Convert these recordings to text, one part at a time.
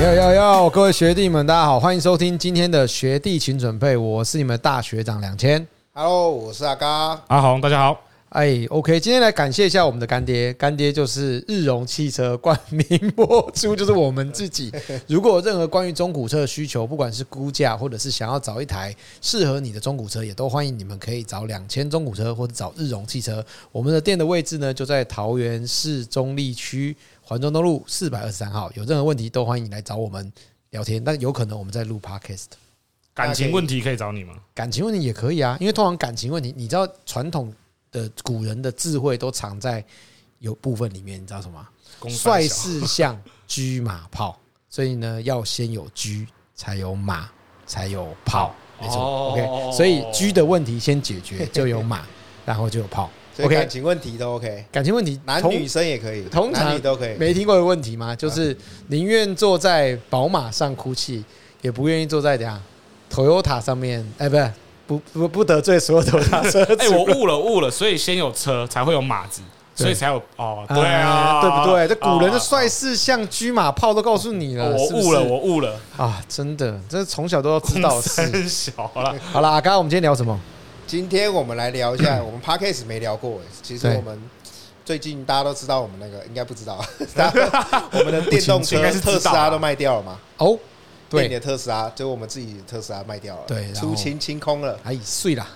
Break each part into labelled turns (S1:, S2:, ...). S1: 要要要！各位学弟们，大家好，欢迎收听今天的学弟请准备，我是你们的大学长两千。
S2: Hello，我是阿嘎。
S3: 阿红，大家好。
S1: 哎，OK，今天来感谢一下我们的干爹，干爹就是日荣汽车冠名播出， 就是我们自己。如果有任何关于中古车的需求，不管是估价或者是想要找一台适合你的中古车，也都欢迎你们可以找两千中古车或者找日荣汽车。我们的店的位置呢，就在桃园市中立区环中东路四百二十三号。有任何问题都欢迎你来找我们聊天，但有可能我们在录 Podcast。
S3: 感情问题可以找你吗？
S1: 感情问题也可以啊，因为通常感情问题，你知道传统的古人的智慧都藏在有部分里面，你知道什么吗？
S3: 公
S1: 帅
S3: 三小
S1: 是像车马炮，所以呢，要先有车，才有马，才有炮，没错。
S3: 哦
S1: OK，所以车的问题先解决，就有 马，然后就有炮。
S2: 所以
S1: OK，
S2: 感情问题都 OK，
S1: 感情问题
S2: 男
S1: 同
S2: 女生也可以，
S1: 通常
S2: 男女都可以。
S1: 没听过的问题吗？就是宁愿坐在宝马上哭泣，也不愿意坐在怎样 Toyota 上面？哎、不是，不不不得罪所有 Toyota 车主。
S3: 哎、 我悟了悟了，所以先有车才会有马子，所以才有哦，对啊，
S1: 对不对？这古人的
S3: 哦
S1: 帅事像车马炮都告诉你了，
S3: 啊我
S1: 是不是
S3: 悟了，我悟了，
S1: 啊，真的，这从小都要知道的
S3: 公
S1: 事。
S3: 三小了，
S1: 好啦，刚刚我们今天聊什么？
S2: 今天我们来聊一下，我 们 Podcast 没聊过。欸其实
S1: 对
S2: 我们最近大家都知道我们那个，应该不知道， 大家我们的电 动车
S3: 应该是知道啊
S2: 特斯拉都卖掉了嘛？
S1: 哦，
S2: 店里
S1: 对，
S2: 的特斯拉，就我们自己的特斯拉卖掉了，
S1: 对然后
S2: 出清清空了。
S1: 哎，碎啦，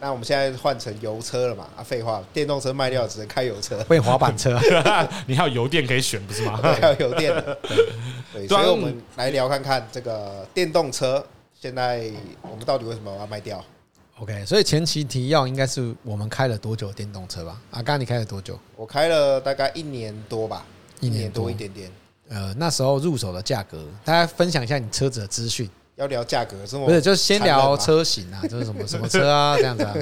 S2: 那我们现在换成油车了嘛？啊，废话，电动车卖掉了只能开油车，
S1: 会滑板车啊
S3: 你还有油电可以选，不是 吗？
S2: 啊还有油电的。对，对
S3: 对啊
S2: 所以
S1: 嗯
S2: 我们来聊看看这个电动车，现在我们到底为什么要卖掉？
S1: OK，所以前期提要应该是我们开了多久的电动车吧？啊，刚刚你开了多久？
S2: 我开了大概一年多吧，
S1: 一年
S2: 年
S1: 多
S2: 一点点。
S1: 呃，那时候入手的价格，大家分享一下你车子的资讯，
S2: 要聊价格，是吗？
S1: 不是就是先
S2: 哦残忍
S1: 聊
S2: 吗
S1: 车型啊，就是什么什么车啊这样子啊，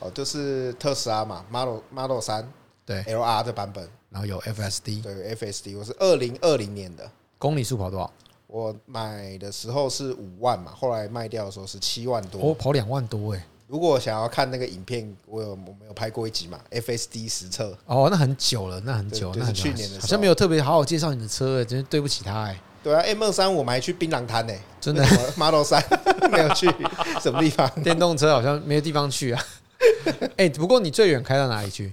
S2: 哦，就是特斯拉嘛，Model Model 三
S1: 对，
S2: L R 的版本，
S1: 然后有 FSD，
S2: 对 FSD，我是二零二零年的，
S1: 公里数跑多少？
S2: 我买的时候是五万嘛，后来卖掉的时候是七万
S1: 哦，
S2: 多。
S1: 跑两万多哎、
S2: 如果想要看那个影片，我有我们有拍过一集嘛，FSD 实测，
S1: 哦，那很久了，那很久，
S2: 对
S1: 那很久
S2: 就是去年的时候
S1: 好像没有特别好好介绍你的车、欸，真是对不起 他哎、
S2: 对啊，M 二三我们还去槟榔摊呢、
S1: 真的
S2: 为什么 Model 三没有去什么地方，
S1: 电动车好像没有地方去啊。 哎、不过你最远开到哪里去？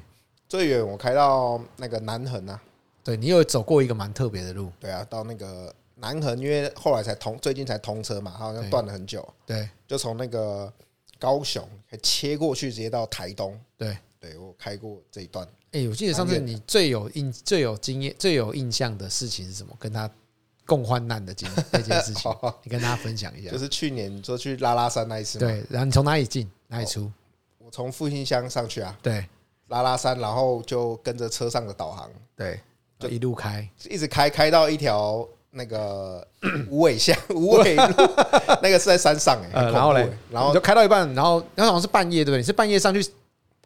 S2: 最远我开到那个南横啊，
S1: 对你有走过一个蛮特别的路，
S2: 对啊，到那个南横，因为后来才通，最近才通车嘛，它好像断了很久，
S1: 对
S2: 就从那个高雄切过去，直接到台东。
S1: 对。
S2: 对我开过这一段，
S1: 哎、我记得上次你最有印、最有经验、最有印象的事情是什么？跟他共患难的 经那件事情，你跟大家分享一下
S2: 就。是哦去年说去拉拉山那一次嘛，
S1: 对，然后你从哪里进，哪里出？
S2: 我从复兴乡上去啊，
S1: 对
S2: 拉拉山，然后就跟着车上的导航
S1: 对，就一路开。
S2: 一直开，开到一条那个 无尾巷、 无尾 路，那个是在山上哎、
S1: 呃，
S2: 很恐怖
S1: 然后嘞
S2: 欸，然后
S1: 你就开到一半，然后那好像是半夜，对不对？你是半夜上去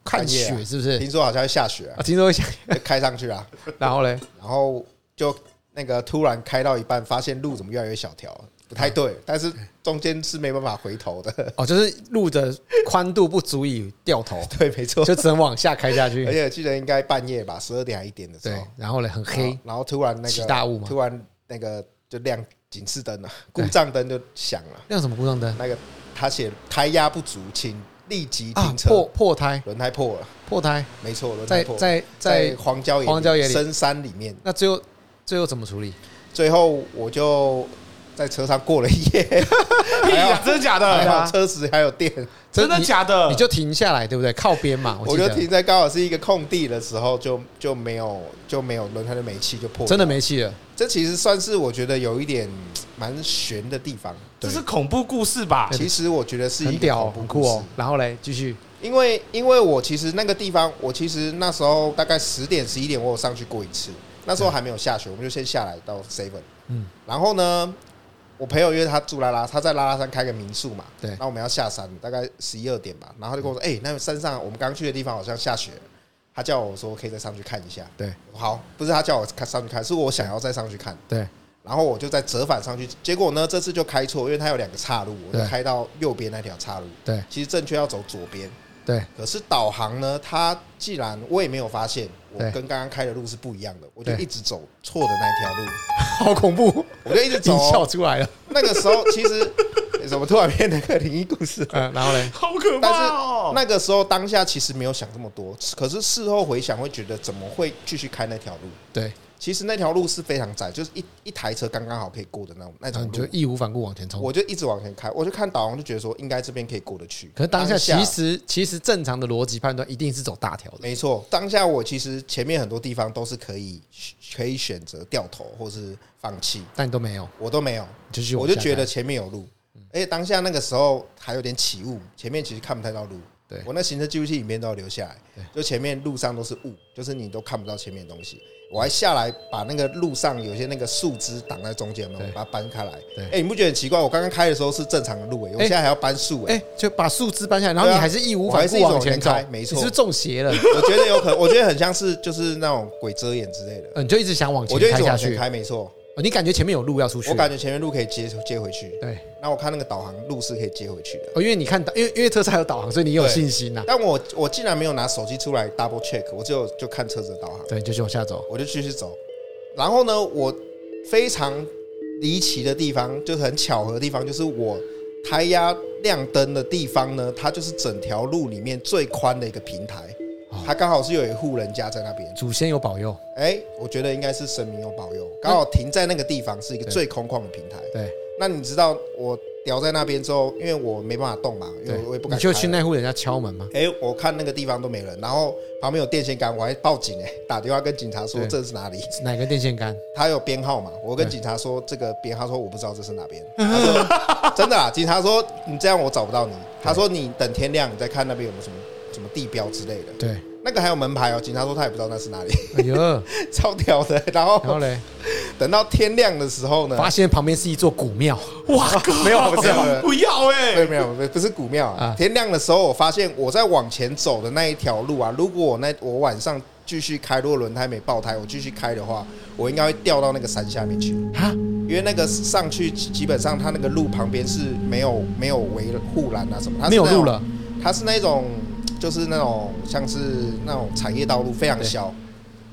S1: 看
S2: 半夜啊
S1: 雪，是不是？
S2: 听说好像要下雪、啊
S1: 啊，，听说一下，
S2: 就开上去啊，
S1: 然后嘞，
S2: 然后就那个突然开到一半，发现路怎么越来越小条，不太
S1: 哎
S2: 对，但是中间是没办法回头的，
S1: 哦，就是路的宽度不足以掉头，
S2: 对，没错。
S1: 就只能往下开下去
S2: 而。且记得应该半夜吧，十二点还一点的时候
S1: 对，，然后嘞，很
S2: 然
S1: 黑
S2: 后，然后突然那
S1: 起
S2: 个
S1: 大雾嘛
S2: 突然那个就亮警示灯了，啊故障灯就响了，
S1: 亮什么故障灯
S2: 那个他写胎压不足，请立即
S1: 啊
S2: 停？
S1: 破
S2: 车，
S1: 破胎，
S2: 轮胎破了，
S1: 破胎，
S2: 没错，轮胎
S1: 在
S2: 破了。
S1: 在
S2: 在
S1: 在，
S2: 荒郊野
S1: 荒郊野里
S2: 深山里面，
S1: 那最后最后怎么处理？
S2: 最后我就在车上过了一 夜，
S3: 屁啊，真的假
S2: 还
S3: 的？
S2: 好车子还有电，
S3: 真的
S1: 你
S3: 假的？
S1: 你就停下来，对不对？靠边嘛，
S2: 呃我
S1: 我记
S2: 就
S1: 得
S2: 停在刚好是一个空地的时候，就就没有就没有轮胎的煤气就破，
S1: 真的。没气了。
S2: 这其实算是我觉得有一点蛮悬的地方。
S3: 这是恐怖故事吧？
S2: 其实我觉得是
S1: 很
S2: 一
S1: 屌
S2: 个
S1: 哦，
S2: 恐
S1: 很
S2: 怖
S1: 酷
S2: 故事
S1: 哦，。然后嘞，继续
S2: 因为因为我其实那个地方，我其实那时候大概十点十一点，我有上去过一次。那时候还没有下雪，我们就先下来到 Seven。
S1: 嗯
S2: 嗯，然后呢，我朋友约他住拉拉，他在拉拉山开个民宿嘛。
S1: 对嗯
S2: 那我们要下山，大概十一二点吧。然后他就跟我说：“哎、那个山上我们刚去的地方好像下雪。”他叫我说可以再上去看一下。
S1: 对
S2: 我说好，不是他叫我看上去看，是我想要再上去看。
S1: 对，
S2: 然后我就再折返上去，结果呢，这次就开错，因为它有两个岔路，我就
S1: 对
S2: 开到右边那条岔路。
S1: 对，
S2: 其实正确要走左边，
S1: 对
S2: 可是导航呢，它既然我也没有发现，我
S1: 对
S2: 跟刚刚开的路是不一样的，我就
S1: 对
S2: 一直走错的那一 条路，
S1: 好恐怖，
S2: 我就一直
S1: 你
S2: 走哦、
S1: 笑出来了。
S2: 那个时候其实 怎么突然变那个灵异 故事？
S1: 嗯，然后嘞，
S3: 好可
S2: 但是
S3: 怕哦！
S2: 那个时候当下其实没有想这么多，可是事后回想会觉得怎么会继续开那条路？
S1: 对，
S2: 其实那条路是非常窄，就是一一台车刚刚好可以过的那种那
S1: 然后你
S2: 种
S1: 啊就
S2: 路。
S1: 义无反顾往前冲。
S2: 我就一直往前开，我就看导航就觉得说应该这边可以过得去。
S1: 可是当下其实其实正常的逻辑判断一定是走大条的，
S2: 没错，当下我其实前面很多地方都是可以可以选择掉头或是放弃，
S1: 但都没有，
S2: 我都没有，
S1: 你就去往
S2: 我
S1: 下
S2: 就
S1: 开。
S2: 觉得前面有路，而且当下那个时候还有点起雾，前面其实看不太到路。
S1: 对
S2: 我那行车记录器里面都要留下来，就前面路上都是雾，就是你都看不到前面的东西。我还下来把那个路上有些那个树枝挡在中间嘛，
S1: 对
S2: 我把它搬开来。
S1: 对
S2: 哎、你不觉得很奇怪？我刚刚开的时候是正常的路、欸，我
S1: 哎
S2: 现在还要搬树、欸，
S1: 哎、就把树枝搬下来，然后你
S2: 对啊
S1: 还是义无
S2: 我
S1: 反
S2: 还是
S1: 顾
S2: 一直
S1: 往前
S2: 往前
S1: 走
S2: 开，没
S1: 你是
S2: 错
S1: 不是中邪 了，
S2: 我觉得有可能，我觉得很像是就是那种鬼遮眼之类的，
S1: 呃你就一直想往前
S2: 我就一
S1: 开
S2: 直
S1: 下
S2: 往前
S1: 去，
S2: 开，没错。
S1: 哦你感觉前面有路要出去，
S2: 我感觉前面路可以接接回去，
S1: 对，
S2: 那我看那个导航路是可以接回去的。
S1: 哦，因为你看到，因为因为特斯拉有导航，所以你有
S2: 对
S1: 信心呐、啊
S2: 但我我竟然没有拿手机出来 double check，我只有就看车子的导航，
S1: 对，你就去往下走，
S2: 我就继续走。然后呢，我非常离奇的地方，就是很巧合的地方，就是我胎压亮灯的地方呢，它就是整条路里面最宽的一个平台
S1: 哦，
S2: 它刚好是有一户人家在那边。
S1: 祖先有保佑，
S2: 哎、我觉得应该是神明有保佑，刚好停在那个地方是一个
S1: 对
S2: 最空旷的平台。
S1: 对，
S2: 那你知道我屌在那边之后，因为我没办法动嘛，因
S1: 对
S2: 为我也，不
S1: 你
S2: 敢
S1: 就
S2: 开
S1: 去那户人家敲门嘛，
S2: 哎、我看那个地方都没人，然后旁边有电线杆，我还报警哎、打电话跟警察说
S1: 对
S2: 这是哪里，
S1: 哪个电线杆？
S2: 他有编号嘛，我跟
S1: 对
S2: 警察说这个编号，他说我不知道这是哪 边，他说真的啦，啊警察说你这样我找不到你，他说你等天亮你再看那边有没有什么什么地标之类的，
S1: 对，
S2: 那个还有门牌哦、警察说他也不知道那是哪里，
S1: 哎呦，
S2: 超屌的，然后
S1: 然后嘞，
S2: 等到天亮的时候呢，
S1: 发现旁边是一座古庙，
S3: 哇靠，
S2: 没有不是没有
S3: 不要
S2: 没
S3: 哎
S2: 有，没有，不是古庙啊
S1: 啊。
S2: 天亮的时候，我发现我在往前走的那一条路啊，如果我那我晚上继续开，如果轮胎没爆胎，我继续开的话，我应该会掉到那个山下面去，
S1: 啊，
S2: 因为那个上去基本上它那个路旁边是没有没有围护栏啊什么，它是
S1: 没有
S2: 那种
S1: 路了，
S2: 它是那种就是那种像是那种产业道路非常小，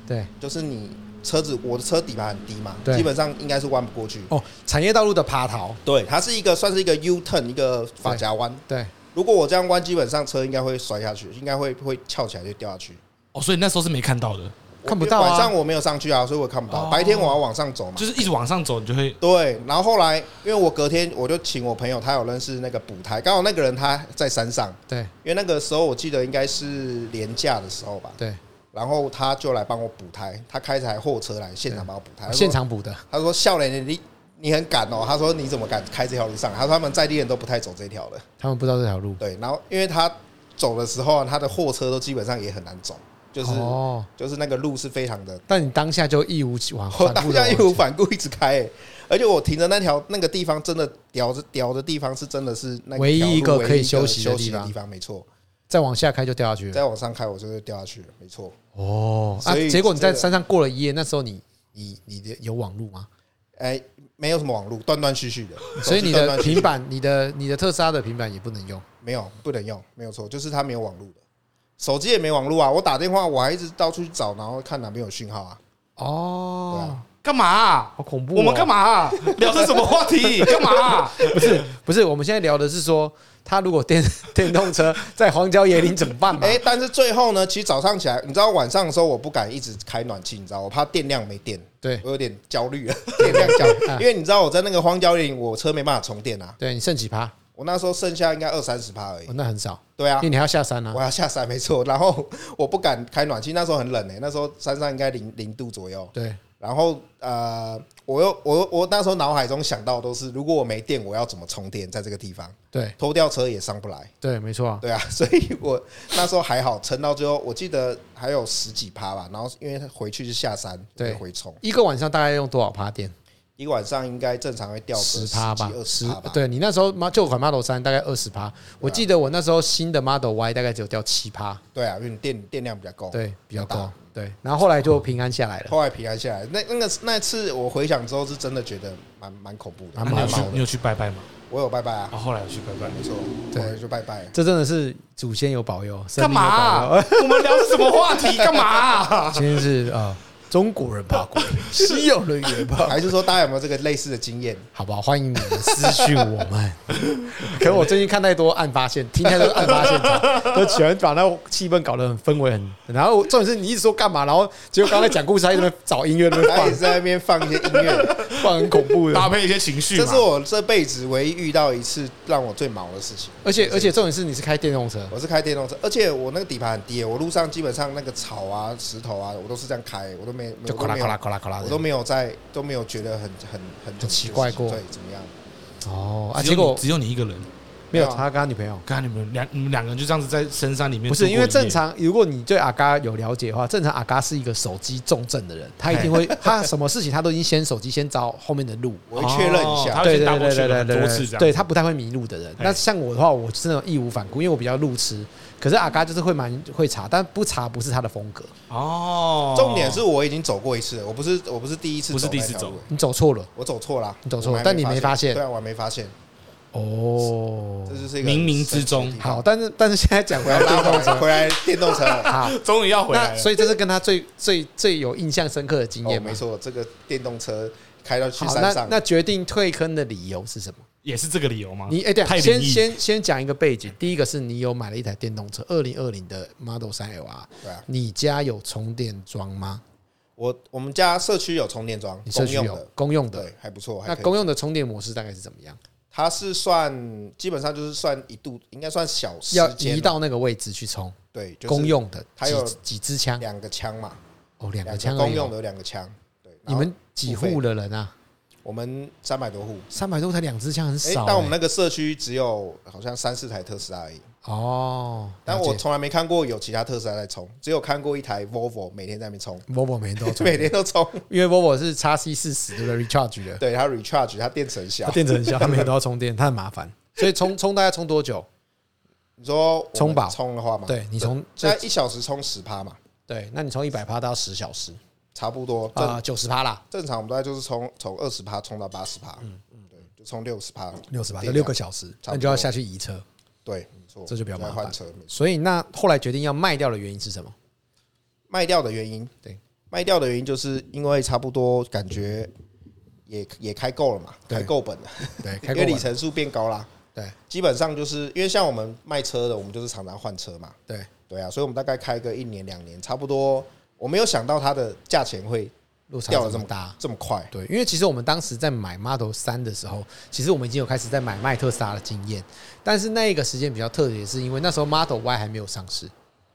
S1: 对，
S2: 就是你车子我的车底盘很低嘛，
S1: 对
S2: 基本上应该是弯不过去。
S1: 哦，产业道路的爬逃，
S2: 对，它是一个算是一个 U turn 一个法夹弯。
S1: 对，
S2: 如果我这样弯，基本上车应该会摔下去，应该会会翘起来就掉下去。
S3: 哦，所以那时候是没看到的，
S1: 看不到啊
S2: 晚上我没有上去啊，所以我看不到。
S3: 哦
S2: 白天我要往上走嘛
S3: 就。是一直往上走，你就会
S2: 对，然后后来因为我隔天我就请我朋友，他有认识那个补胎，刚好那个人他在山上，
S1: 对，
S2: 因为那个时候我记得应该是年假的时候吧，
S1: 对，
S2: 然后他就来帮我补胎，他开台货车来现场帮我补胎，他说
S1: 哦现场补的，
S2: 他说笑脸你你很敢哦，他说你怎么敢开这条路上？他说他们在地人都不太走这条的。
S1: 他们不知道这条路，
S2: 对，然后因为他走的时候啊，他的货车都基本上也很难走，就是、
S1: 哦，
S2: 就是那个路是非常的，
S1: 但你当下就义无反
S2: 我
S1: 反
S2: 当
S1: 顾
S2: 下
S1: 的
S2: 义无反顾一直开、欸，而且我停的那条那个地方真的屌着屌的地方是真的是那
S1: 唯一
S2: 条路
S1: 一个可以
S2: 唯一
S1: 休
S2: 休
S1: 息的地
S2: 息的
S1: 方
S2: 地方，没错，
S1: 再往下开就掉下去了。
S2: 再往上开我就会掉下去了，没错。
S1: 哦，啊
S2: 所，以
S1: 结果你在
S2: 这个
S1: 山上过了一夜，那时候你你你的有网路吗？
S2: 哎、没有什么网路，断断续续的，
S1: 所以
S2: 手机
S1: 你
S2: 断
S1: 的
S2: 断续续
S1: 平板、你的你的特斯拉的平板也不能用。
S2: 没有不能用，没有错，就是它没有网路的，手机也没网路啊。我打电话我还一直到处去找，然后看哪边有讯号啊。对
S1: 哦
S2: 啊，
S3: 干嘛啊？
S1: 好恐怖哦！
S3: 我们干嘛啊聊的什么话题？干嘛啊？
S1: 不是不是，我们现在聊的是说，他如果电 电动车在荒郊野岭怎么办嘛
S2: 哎、？但是最后呢，其实早上起来，你知道晚上的时候我不敢一直开暖气，你知道，我怕电量没电，
S1: 对
S2: 我有点焦 虑了，电量焦虑，因为你知道我在那个荒郊野岭，我车没办法充电啊，
S1: 啊对，你剩几趴？
S2: 我那时候剩下应该二三十趴而已
S1: 哦，，那很少，
S2: 对啊
S1: 因，为你还要下山啊
S2: 我。要下山没错，然后我不敢开暖气，那时候很冷诶、那时候山上应该零零度左右，
S1: 对，
S2: 然后呃，我又我我那时候脑海中想到都是，如果我没电，我要怎么充电？在这个地方
S1: 对
S2: 偷掉车也上不来，
S1: 对，没错啊。
S2: 对啊， 所以我那时候还好，撑到最后，我记得还有十几趴吧。然后因为回去是下山，
S1: 对
S2: 我就回冲，
S1: 一个晚上大概用多少趴电？
S2: 一个晚上应该正常会掉个
S1: 十
S2: 几
S1: 趴吧，
S2: 二哦十
S1: 十
S2: 趴吧。啊
S1: 对你那时候妈旧款 Model 三大概二十趴，我记得我那时候新的 Model Y 大概只有掉七趴，
S2: 对啊，因为你电电量比较够。
S1: 对，比较
S2: 大
S1: 高。对，然后后来就平安下来了。
S2: 后来平安下来，那那个那次我回想之后，是真的觉得蛮蛮恐怖的，
S1: 蛮
S3: 啊你
S2: 毛
S3: 有去
S2: 的
S3: 你。有去拜拜吗？
S2: 我有拜拜啊
S3: 啊，，后来有去拜拜。
S2: 没错，
S1: 对
S2: 我就拜拜。
S1: 这真的是祖先有保佑，神
S3: 干
S1: 明有
S3: 嘛
S1: 保
S3: 啊、
S1: 佑
S3: 我们聊的什么话题？干嘛啊、
S1: 今天是啊、呃中国人怕 鬼，西有人也怕
S2: 还是说大家有没有这个类似的经验？
S1: 好不好？欢迎你们私讯我们。 可我最近看太多案发现，听太多案发现 场，都喜欢把那气氛搞得很氛围很。然后重点是你一直说干嘛，然后结果刚才讲故事，还在那边找音乐在那边
S2: 他也
S1: 放
S2: 是在那边放一些 音乐，
S1: 放很恐 怖
S3: 搭
S1: 的。
S3: 配一些情绪
S2: 这
S3: 嘛。
S2: 是我这辈子唯一遇到一次让我最毛的事情。
S1: 而且而且重点是你是开电动车，
S2: 我是开电动车，而且我那个底盘很低，我路上基本上那个草啊、石头啊，我都是这样开，我都没，我
S1: 就
S2: 都
S1: 咔啦
S2: 没
S1: 咔啦
S2: 有，
S1: 咔啦咔啦
S2: 我
S1: 的
S2: 都。没有在，都没有觉得很很很
S1: 很奇怪过
S2: 对，怎么样？
S1: 哦啊，
S3: 只有
S1: 结果
S3: 你只有你一个人，
S1: 没有他跟他女朋友。
S3: 看你们两你们两个人就这样子在深山里面
S1: 不
S3: 度过一
S1: 是
S3: 夜，
S1: 因为正常，如果你对阿嘎有了解的话，正常阿嘎是一个手机重症的人，他一定 会，他什么事情他都已经先手机先找后面的路，
S2: 我会确认一
S3: 哦他
S2: 下，
S3: 会
S1: 对
S3: 先
S1: 对
S3: 打
S1: 对
S3: 过去
S1: 对对
S3: 很
S1: 对
S3: 多
S1: 对
S3: 次这样
S1: 对他不太会迷路的人。那像我的话，我是那种义无反顾，因为我比较路痴。可是阿嘎就是会蛮会查，但不查不是他的风格。
S3: 哦。
S2: 重点是我已经走过一次了，我不是我不是第一次，
S3: 不是第一次走，
S1: 你走错了
S2: 我走错啦，
S1: 你走错
S2: 我还
S1: 但你没发现
S2: 对啊，我还没发现，
S1: 哦
S2: 这。就是一个
S3: 冥冥之中
S2: 神奇的地方
S1: 好，，但是但是现在讲回
S2: 回
S1: 来
S2: 来
S1: 电动
S2: 拉 回来，
S1: 车，
S2: 回来电动车了。
S1: 好，
S3: 终于要回来
S1: 那
S3: 了，
S1: 所以这是跟他最最最有印象深刻的经
S2: 哦，
S1: 验嘛
S2: 没。错，这个电动车开到去
S1: 好，
S2: 山
S1: 那
S2: 上，
S1: 那决定退坑的理由是什么？
S3: 也是这个理由吗？
S1: 你哎，对啊，
S3: 太灵
S1: 先
S3: 异
S1: 先先讲一个背景。第一个是你有买了一台电动车，二零二零的 Model 三 L R，
S2: 对啊，
S1: 你家有充电桩吗？
S2: 我我们家社区有充电桩，
S1: 你社
S2: 公
S1: 区
S2: 用
S1: 有
S2: 的，
S1: 公用的，
S2: 对，还不错，还
S1: 那
S2: 可以
S1: 公用的充电模式大概是怎么样？
S2: 它是算基本上就是算一度，应该算小时
S1: 要
S2: 间啊
S1: 移到那个位置去充。
S2: 对，就是
S1: 公用的，
S2: 它有
S1: 几几支枪？
S2: 两个枪嘛，
S1: 哦，两个
S2: 两
S1: 枪
S2: 个
S1: 而
S2: 公
S1: 已
S2: 用
S1: 哦。
S2: 的有两个枪，对，
S1: 你
S2: 然
S1: 们
S2: 后
S1: 几户的人啊？
S2: 我们三百多户，
S1: 三百多台两支枪很
S2: 哎
S1: 少欸。
S2: 但我们那个社区只有好像三四台特斯拉而已，
S1: 哦，
S2: 但
S1: 了解
S2: 我从来没看过有其他特斯拉在充，只有看过一台 Volvo 每天在那边充，
S1: Volvo 每天都充，
S2: 每天都充，
S1: 因为 Volvo 是 x C 四十对不对 recharge 的，
S2: 对，它啊 recharge 它电池很
S1: 它
S2: 小。
S1: 电池很小，它每天都要充电，它很麻烦。所以充充大概充多久？
S2: 哦你说我们
S1: 充饱
S2: 充的话嘛，
S1: 对你从
S2: 现在一小时充十趴嘛，
S1: 对，那你从一百趴到十小时
S2: 差不多正
S1: 啊，九十趴啦，
S2: 正常我们大概就是充从二十趴充到八十趴，嗯嗯，对，就充六十趴，
S1: 六十趴，
S2: 电
S1: 就
S2: 量
S1: 六个小时，
S2: 差不多
S1: 那你就要下去移车。
S2: 对，没错，
S1: 这就比较麻
S2: 来
S1: 烦
S2: 换车，没错。
S1: 所以那后来决定要卖掉的原因是什么？
S2: 卖掉的原因，
S1: 对，
S2: 卖掉的原因就是因为差不多感觉也也开够了嘛，
S1: 对
S2: 开够本了，
S1: 对，开过
S2: 因为
S1: 完
S2: 里程数变高啦。
S1: 对
S2: 基本上就是因为像我们卖车的，我们就是常常换车嘛，
S1: 对，
S2: 对啊，所以我们大概开个一年两年，差不多我没有想到它的价钱会
S1: 落差
S2: 掉了
S1: 这
S2: 这
S1: 么
S2: 么
S1: 大。
S2: 这么快，
S1: 对，因为其实我们当时在买 Model 三的时候，其实我们已经有开始在买麦特斯拉的经验，但是那一个时间比较特别，是因为那时候 Model Y 还没有上市，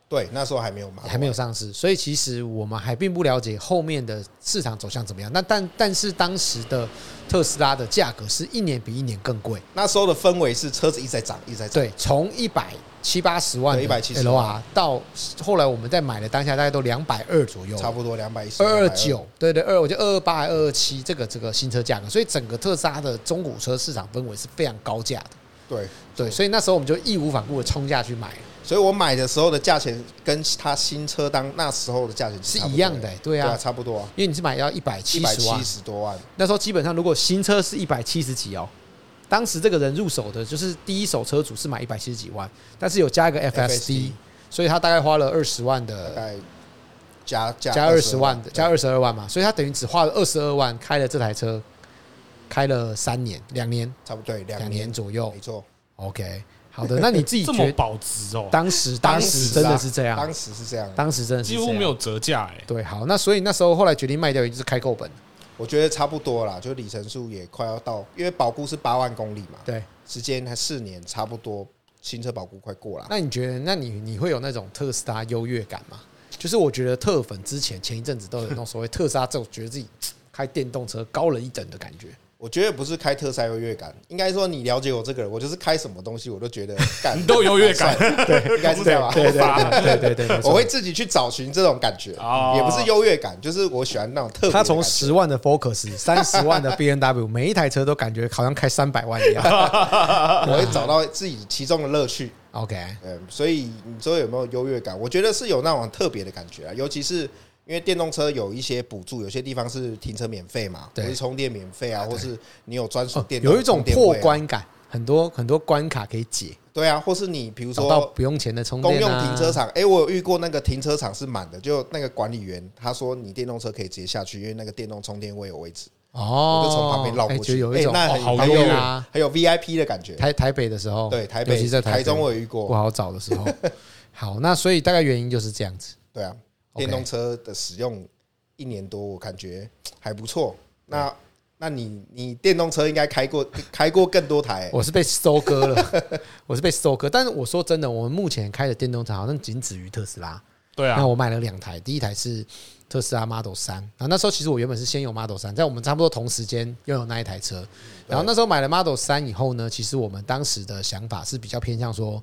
S2: 对，那时候还没有啊嘛，
S1: 还没有上市，所以其实我们还并不了解后面的市场走向怎么样。那但但是当时的特斯拉的价格是一年比一年更贵，
S2: 那时候的氛围是车子一直在涨，一直在涨，
S1: 对，从一百七八十万
S2: 对
S1: 的
S2: 170
S1: LR 到后来我们在买的当下大概都两百二左右，
S2: 差不多两百一十、
S1: 二二九，对对二，我觉得二二八、二二七这个这个新车价格，所以整个特斯拉的中古车市场氛围是非常高价的。
S2: 对。
S1: 对，所以那时候我们就义无反顾的冲下去买了，
S2: 所以我买的时候的价钱跟它新车当那时候的价钱
S1: 是
S2: 差不
S1: 一
S2: 多
S1: 样的、对
S2: 对啊，
S1: 啊，
S2: 差不多啊，
S1: 因为你是买要一百
S2: 一
S1: 七
S2: 百
S1: 十
S2: 七
S1: 万，
S2: 十多万，
S1: 那时候基本上如果新车是一百七十几哦，当时这个人入手的就是第一手车主是买一百七十几万，但是有加一个 FSD，
S2: FSD
S1: 所以他大概花了二十万
S2: 大
S1: 的。
S2: 概加加
S1: 加二十万的，
S2: 的，
S1: 加二十二万嘛，所以他等于只花了二十二万开了这台车，开了三年、两年、
S2: 差不多对
S1: 两
S2: 两
S1: 年
S2: 年
S1: 左右
S2: 没。错。
S1: OK，好的，那你自己
S3: 这么
S1: 觉得
S3: 保值哦，
S1: 当时当时
S2: 啊
S1: 真的是这样，
S2: 当时是这样。
S1: 当时真的是
S3: 几
S1: 这样
S3: 乎没有折价哎。
S1: 对。好，那所以那时候后来决定卖掉，也就是开够本，
S2: 我觉得差不多啦，就里程数也快要到，因为保固是八万公里嘛，
S1: 对。
S2: 时间还四年，差不多新车保固快过了。
S1: 那你觉得，那你你会有那种特斯拉优越感吗？就是我觉得特粉之前前一阵子都有那种所谓特斯拉这种觉得自己开电动车高人一等的感觉，
S2: 我觉得不是开特斯拉优越感，应该说你了解我这个人，我就是开什么东西我都觉得 干
S3: 你都有优越感，
S2: 对，应该是这样吧。
S1: 对对 对对对对，没错
S2: 我会自己去找寻这种感觉，
S3: 哦
S2: 也不是优越感，就是我喜欢那种特别 的
S1: 他
S2: 感觉。
S1: 从十万的 Focus、三十万 的 B N W，每一台车都感觉好像开三百万一样。
S2: 我会找到自己其中的乐趣。
S1: OK，
S2: 嗯，所以你说有没有优越感？我觉得是有那种很特别的感觉啊，尤其是因为电动车有一些补助，有些地方是停车免费嘛，或
S1: 对
S2: 是充电免费啊，或是你有专属
S1: 哦
S2: 电动、
S1: 有一种
S2: 充电位啊
S1: 破关感，很多很多关卡可以解，
S2: 对啊，或是你比如
S1: 找到
S2: 说
S1: 不用钱的充
S2: 公
S1: 电
S2: 用
S1: 啊，
S2: 停车场，哎、我有遇过那个停车场是满的，就那个管理员他说你电动车可以直接下去，因为那个电动充电位有位置，
S1: 哦，
S2: 我就从旁边绕过
S1: 哎
S2: 去，
S1: 就有一种
S2: 哎那
S3: 哦
S2: 很、
S3: 好
S2: 很
S3: 优
S2: 有
S3: 越
S1: 啊
S2: 很有 VIP 的感觉。
S1: 台台北的时候，
S2: 对，台
S1: 尤
S2: 北
S1: 其、在台
S2: 台
S1: 北
S2: 中我有遇
S1: 不
S2: 过，
S1: 好找的时 候。好，那所以大概原因就是这样子。
S2: 对啊，
S1: OK
S2: 电动车的使用一年多，我感觉还不错。那那你你电动车应该开过开过更多台、
S1: 我是被收割了，我是被收割。但是我说真的，我们目前开的电动车好像仅止于特斯拉。
S3: 对啊
S1: 那，我买了两台，第一台是特斯拉 Model 三，然后那时候其实我原本是先有 Model 三，在我们差不多同时间拥有那一台车，然后那时候买了 Model 三以后呢，其实我们当时的想法是比较偏向说，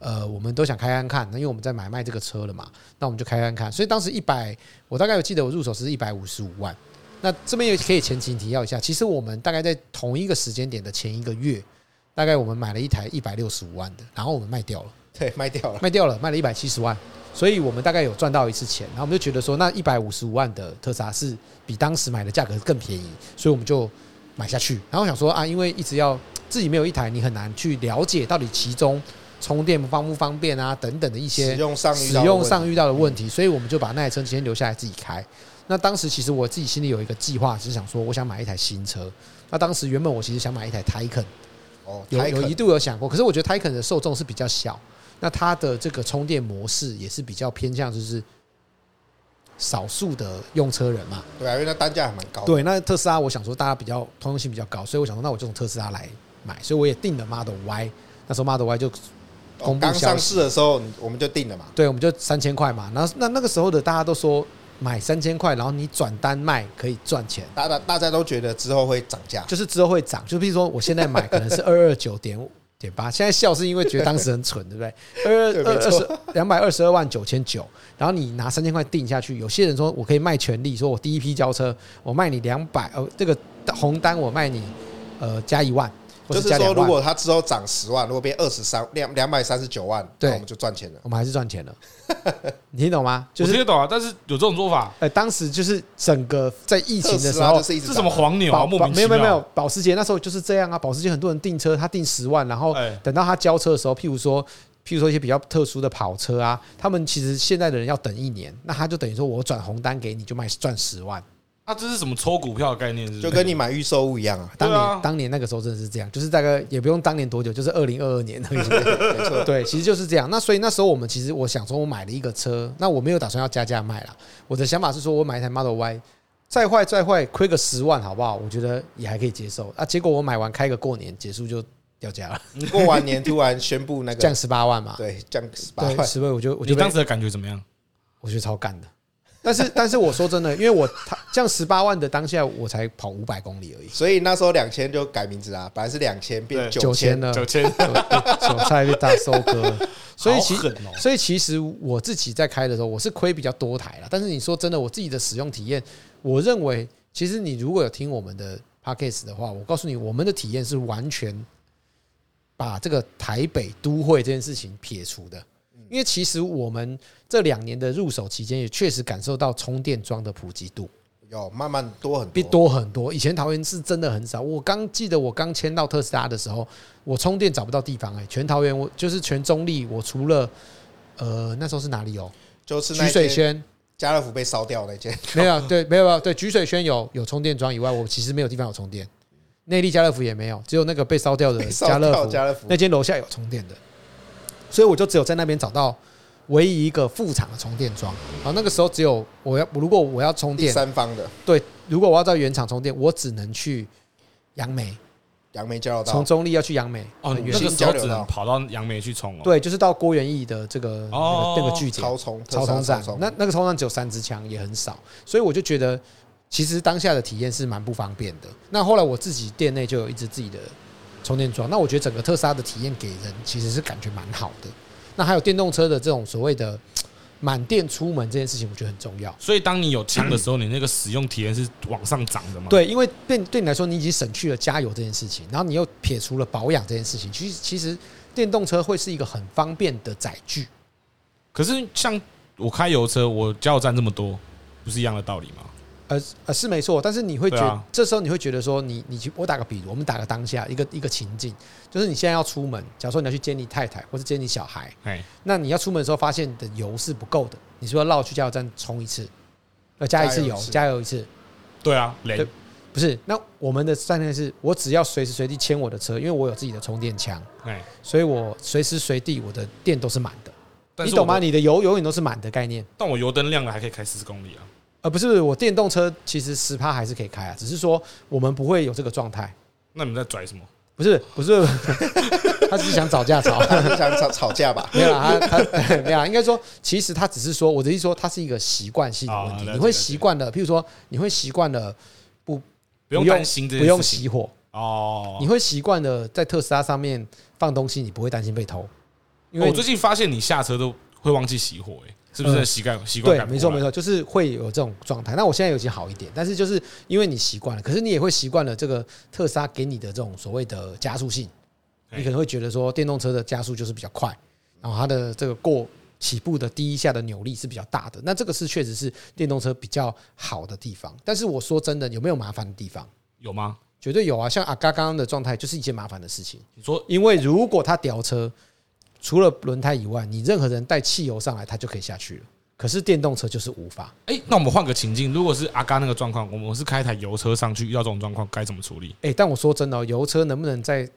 S1: 呃，我们都想开开看，那因为我们在买卖这个车了嘛，那我们就开开看，所以当时一百，我大概有记得我入手是一百五十五万。那这边也可以前情提要一下，其实我们大概在同一个时间点的前一个月，大概我们买了一台一百六十五万的，然后我们卖掉了。
S2: 对，卖掉了。
S1: 卖掉了，卖了一百七十万，所以我们大概有赚到一次钱，然后我们就觉得说，那一百五十五万的特斯拉是比当时买的价格更便宜，所以我们就买下去。然后想说啊，因为一直要自己没有一台，你很难去了解到底其中充电方不方便啊等等的一些
S2: 使用上遇
S1: 使
S2: 到的
S1: 用
S2: 问
S1: 上
S2: 题
S1: 遇到的问题，所以我们就把那台车先留下来自己开。那当时其实我自己心里有一个计划，是想说我想买一台新车。那当时原本我其实想买一台 Taycan，
S2: 哦，
S1: 有
S2: 台
S1: 有一
S2: 肯
S1: 度有想过，可是我觉得 Taycan 的受众是比较小，那它的这个充电模式也是比较偏向就是少数的用车人嘛。
S2: 对啊，因为它单价还蛮高的。
S1: 对，那特斯拉我想说大家比较通用性比较高，所以我想说那我就从特斯拉来买，所以我也定了 Model Y。那时候 Model Y 就
S2: 哦
S1: 公布
S2: 刚
S1: 消
S2: 上
S1: 息
S2: 市的时候，你我们就定了嘛。
S1: 对，我们就三千块嘛。然后那那个时候的大家都说买三千块，然后你转单卖可以赚钱。
S2: 大家大家都觉得之后会涨价，
S1: 就是之后会涨。就比如说我现在买可能是二二九点点八，现在笑是因为觉得当时很蠢，对 不对？二
S2: 对没
S1: 二二
S2: 错
S1: 十两百二十二万九千九，然后你拿三千块定下去，有些人说我可以卖权利，说我第一批交车我卖你两百，呃，这个红单我卖你呃加一万，或
S2: 就
S1: 者
S2: 是
S1: 加
S2: 说
S1: 两
S2: 如
S1: 万。
S2: 果它之后涨十万，如果变二十三两两百三十九万，
S1: 对
S2: 那我们就赚钱了。
S1: 我们还是赚钱了， 你听懂吗？就
S3: 我听
S1: 是
S3: 得懂啊，但是有这种做法，
S1: 呃，当时就是整个在疫情
S2: 特
S1: 的
S2: 斯
S1: 时
S2: 拉
S1: 候
S2: 就，是一直
S3: 是
S2: 涨
S3: 什么黄牛啊？
S1: 保
S3: 莫
S1: 保
S3: 名
S1: 没
S3: 其
S1: 有没
S3: 妙。
S1: 有没有，保时捷那时候就是这样啊。保时捷很多人订车，他订十万，然后
S3: 哎
S1: 等到他交车的时候，譬如说譬如说一些比较特殊的跑车啊，他们其实现在的人要等一年，那他就等于说我转红单给你，就卖赚十万。
S3: 那这是什么抽股票的概念？是不是
S2: 就跟你买预售物一样 啊，
S1: 当
S3: 对
S1: 年、
S3: 啊
S1: 当年那个时候真的是这样，就是大概也不用当年多久，就是二零二二年而已。
S2: 没 错。
S1: 对，其实就是这样。那所以那时候我们其实我想说，我买了一个车，那我没有打算要加价卖啦。我的想法是说我买一台 Model Y，再坏再坏亏个十万好不好？我觉得也还可以接受啊。结果我买完开个过年结束就掉价 了，
S2: 过完年突然宣布那
S1: 降
S2: 个，
S1: 十八万嘛。
S2: 对，降十八
S1: 对，
S2: 块，
S1: 十倍我就我
S3: 你
S1: 就
S3: 当
S1: 当
S3: 时的感觉怎么样？
S1: 我觉得超干的。但是但是我说真的，因为我他降十八万的当下，我才跑五百公里而已，
S2: 所以那时候两千就改名字啊，本来是两千变
S3: 对
S1: 九
S2: 九
S1: 千
S2: 千，
S1: 呢，
S3: 九千，
S1: 韭菜被大收割了。所以其
S3: 好狠哦
S1: 所以其实我自己在开的时候，我是亏比较多台了。但是你说真的，我自己的使用体验，我认为其实你如果有听我们的 podcast 的话，我告诉你，我们的体验是完全把这个台北都会这件事情撇除的。因为其实我们这两年的入手期间，也确实感受到充电桩的普及度
S2: 有慢慢多很
S1: 比
S2: 多，
S1: 多很多。以前桃园是真的很少。我刚记得我刚签到特斯拉的时候，我充电找不到地方哎、全桃园我就是全中立，我除了呃那时候是哪里有
S2: 就是
S1: 菊
S2: 那
S1: 水
S2: 间
S1: 轩
S2: 家乐福被烧掉那间，
S1: 没有对没有没有对菊水轩有有充电桩以外，我其实没有地方有充电。内力家乐福也没有，只有那个被烧掉的
S2: 被 烧
S1: 家乐
S2: 掉
S1: 福，
S2: 家乐福
S1: 那间楼下有充电的，所以我就只有在那边找到唯一一个副厂的充电桩。然后那个时候只有我要如果我要充
S2: 第
S1: 电，
S2: 三方的
S1: 对，如果我要在原厂充电，我只能去杨梅，
S2: 杨梅交流
S1: 从
S2: 道，
S1: 中立要去杨梅
S3: 哦，
S1: 很
S3: 你
S1: 远
S3: 那
S2: 新
S3: 个时
S2: 交
S3: 候
S2: 流
S3: 只能
S2: 道
S3: 跑到杨梅去冲哦。
S1: 对，就是到郭元义的这个那
S3: 哦
S1: 个那个据点
S2: 超充
S1: 超
S2: 通
S1: 通站，那那个超通站只有三支枪，也很少，所以我就觉得其实当下的体验是蛮不方便的。那后来我自己店内就有一支自己的充电桩，那我觉得整个特斯拉的体验给人其实是感觉蛮好的。那还有电动车的这种所谓的满电出门这件事情，我觉得很重要。
S3: 所以当你有枪的时候，你那个使用体验是往上涨的嘛？，
S1: 对，因为对对你来说，你已经省去了加油这件事情，然后你又撇除了保养这件事情，其实其实电动车会是一个很方便的载具。
S3: 可是像我开油车，我加油站这么多，不是一样的道理吗？
S1: 呃呃是没错，但是你会觉
S3: 对
S1: 得、
S3: 啊
S1: 这时候你会觉得说你你去我打个比如，我们打个当下一个一个情境，就是你现在要出门，假如说你要去接你太太或是接你小孩，
S3: 哎，
S1: 那你要出门的时候发现你的油是不够的，你是不是要绕去加油站充一次，要加一次油，加
S2: 加
S1: 油一次？
S3: 对啊，雷
S1: 对不是，那我们的战略是我只要随时随地牵我的车，因为我有自己的充电枪，
S3: 哎，
S1: 所以我随时随地我的电都是满的，
S3: 但
S1: 你
S3: 是
S1: 懂
S3: 我
S1: 吗？
S3: 的？
S1: 你的油永远都是满的概念。
S3: 但我油灯亮了还可以开四十公里啊，
S1: 呃，不是，我电动车其实十趴还是可以开啊，只是说我们不会有这个状态。
S3: 那你们在拽什么？
S1: 不是，不 是， 他只是想找架吵，
S2: 他是想吵吵架吧？
S1: 没有啦，他他 没有啦，应该说，其实他只是说，我的意思说，它是一个习惯性的问
S3: 哦
S1: 题，
S3: 了解
S1: 你会习惯了，譬如说，你会习惯了
S3: 不用
S1: 不用
S3: 担心这
S1: 不
S3: 件
S1: 用
S3: 事情
S1: 熄火，
S3: 哦。
S1: 你会习惯了在特斯拉上面放东西，你不会担心被偷，因
S3: 哦
S1: 为
S3: 我最近发现你下车都会忘记熄火，哎，是不是
S1: 嗯
S3: 习惯习惯
S1: 对，
S3: 感？
S1: 没错没。错，就是会有这种状态。那我现在有已经好一点，但是就是因为你习惯了，可是你也会习惯了这个特斯拉给你的这种所谓的加速性，
S3: 哎
S1: 你可能会觉得说电动车的加速就是比较快，然后它的这个过起步的第一下的扭力是比较大的。那这个是确实是电动车比较好的地方。但是我说真的，有没有麻烦的地方？
S3: 有吗？
S1: 绝对有啊！像阿嘎刚刚的状态就是一件麻烦的事情，
S3: 你说
S1: 因为如果他吊车，除了轮胎以外，你任何人带汽油上来，他就可以下去了。可是电动车就是无法。
S3: 哎、那我们换个情境，如果是阿嘎那个状况，我们是开一台油车上去，遇到这种状况该怎么处理？
S1: 哎、但我说真的、哦，油车能不能在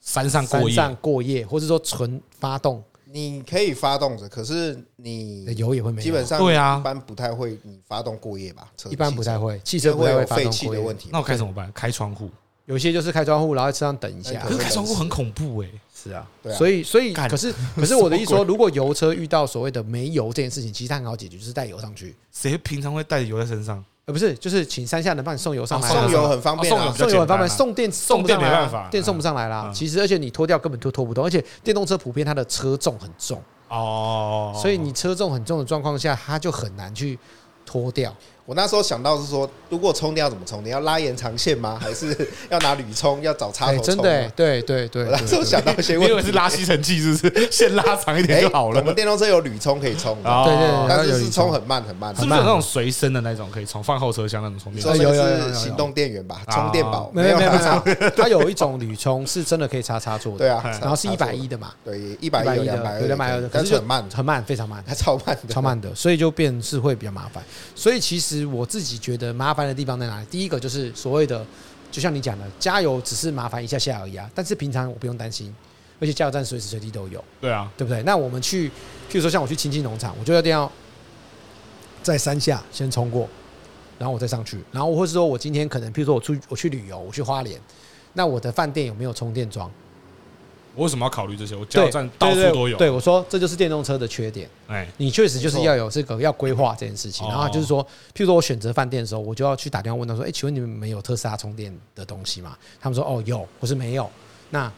S3: 山上过
S1: 山
S3: 夜，
S1: 上过夜，或者说纯发动
S2: 你可以发动着，可是你
S1: 的油也哎会没有？
S2: 基本上
S3: 对啊
S2: 一般不太会你发动过夜吧？车
S1: 一般不太会，汽
S2: 汽车
S1: 车不太
S2: 因为
S1: 会
S2: 有
S1: 发
S2: 废
S1: 动
S2: 气
S1: 过
S2: 的问
S1: 夜。
S2: 题
S3: 那。我该怎么办？开窗户，
S1: 有些就是开窗户，然后在车上等一下
S2: 哎
S3: 可。是开窗户很恐怖哎、
S1: 是啊
S2: 对啊
S1: 所以所以
S3: 干
S1: 可 是可是我的意思
S3: 什
S1: 说，
S3: 么
S1: 如果油车遇到所谓的没油这件事情，其实它很好解决，就是带油上去，
S3: 谁平常会带着油在身上？
S1: 呃，不是，就是请山下能帮你送油上来啊。
S2: 送油很方便啊
S3: 哦
S1: 送
S3: 比
S1: 油
S3: 较
S1: 很方
S3: 简单啊
S1: 便，送电
S3: 送
S1: 不
S3: 电
S1: 上
S3: 没
S1: 来啊
S3: 办法
S1: 电送不上来啦
S3: 嗯。
S1: 其实，而且你拖掉根本就拖不动，而且电动车普遍它的车重很重，
S3: 哦，
S1: 所以你车重很重的状况下，它就很难去拖掉。
S2: 我那时候想到是说，如果充电要怎么充？你要拉延长 线吗？还是要拿铝充？要找插
S1: 哎，
S2: 头啊
S1: 真
S2: 充
S1: 的
S2: 吗？
S1: 欸，对对对
S2: 我那时候想到一些
S3: 你
S2: 问
S3: 以
S2: 题，
S3: 为是拉吸尘器是不是？线拉长一点
S2: 哎
S3: 就好了
S2: 我。们电动车有铝充可以充，
S3: 哦
S1: 对对对
S2: 但
S1: 它有
S2: 是
S1: 铝
S2: 是
S1: 充
S2: 充很慢很慢。
S3: 是不是有那种随身的那种可以从放后车厢那种充
S2: 你说
S3: 电
S1: 哎
S2: 那
S3: 宝？
S1: 有有有有
S2: 个
S1: 有
S2: 是行动电源吧？
S3: 哦
S2: 充电宝
S1: 没有没有
S2: 啦
S1: 没有，它有一种铝充是真的可以插插座的，
S2: 对啊，
S3: 哎
S1: 然后是一百
S2: 一
S1: 一的嘛，
S2: 对一百一有两百
S1: 有两百
S2: 二
S1: 二的，可
S2: 但
S1: 是
S2: 是
S1: 就
S2: 很慢，
S1: 很慢，非常慢，
S2: 它超慢的，
S1: 超慢的，所以就变是会比较麻烦。所以其实我自己觉得麻烦的地方在哪里？第一个就是所谓的，就像你讲的，加油只是麻烦一下下而已啊，但是平常我不用担心，而且加油站随时随地都有。
S3: 对啊，
S1: 对不对？那我们去，譬如说像我去亲近农场，我就一定要在山下先冲过，然后我再上去，然后或是说我今天可能，譬如说我出我去旅游，我去花莲，那我的饭店有没有充电桩？
S3: 我为什么要考虑这些？我加油
S1: 对，
S3: 站到处
S1: 对对
S3: 都有。
S1: 对，我说这就是电动车的缺点，
S3: 哎，
S1: 你确实就是要有这个要规划这件事情。
S3: 哦
S1: 然后就是说，譬如说我选择饭店的时候，我就要去打电话问他说：“哎，请问你们没有特斯拉充电的东西吗？”他们说：“哦，有，或是没有。”那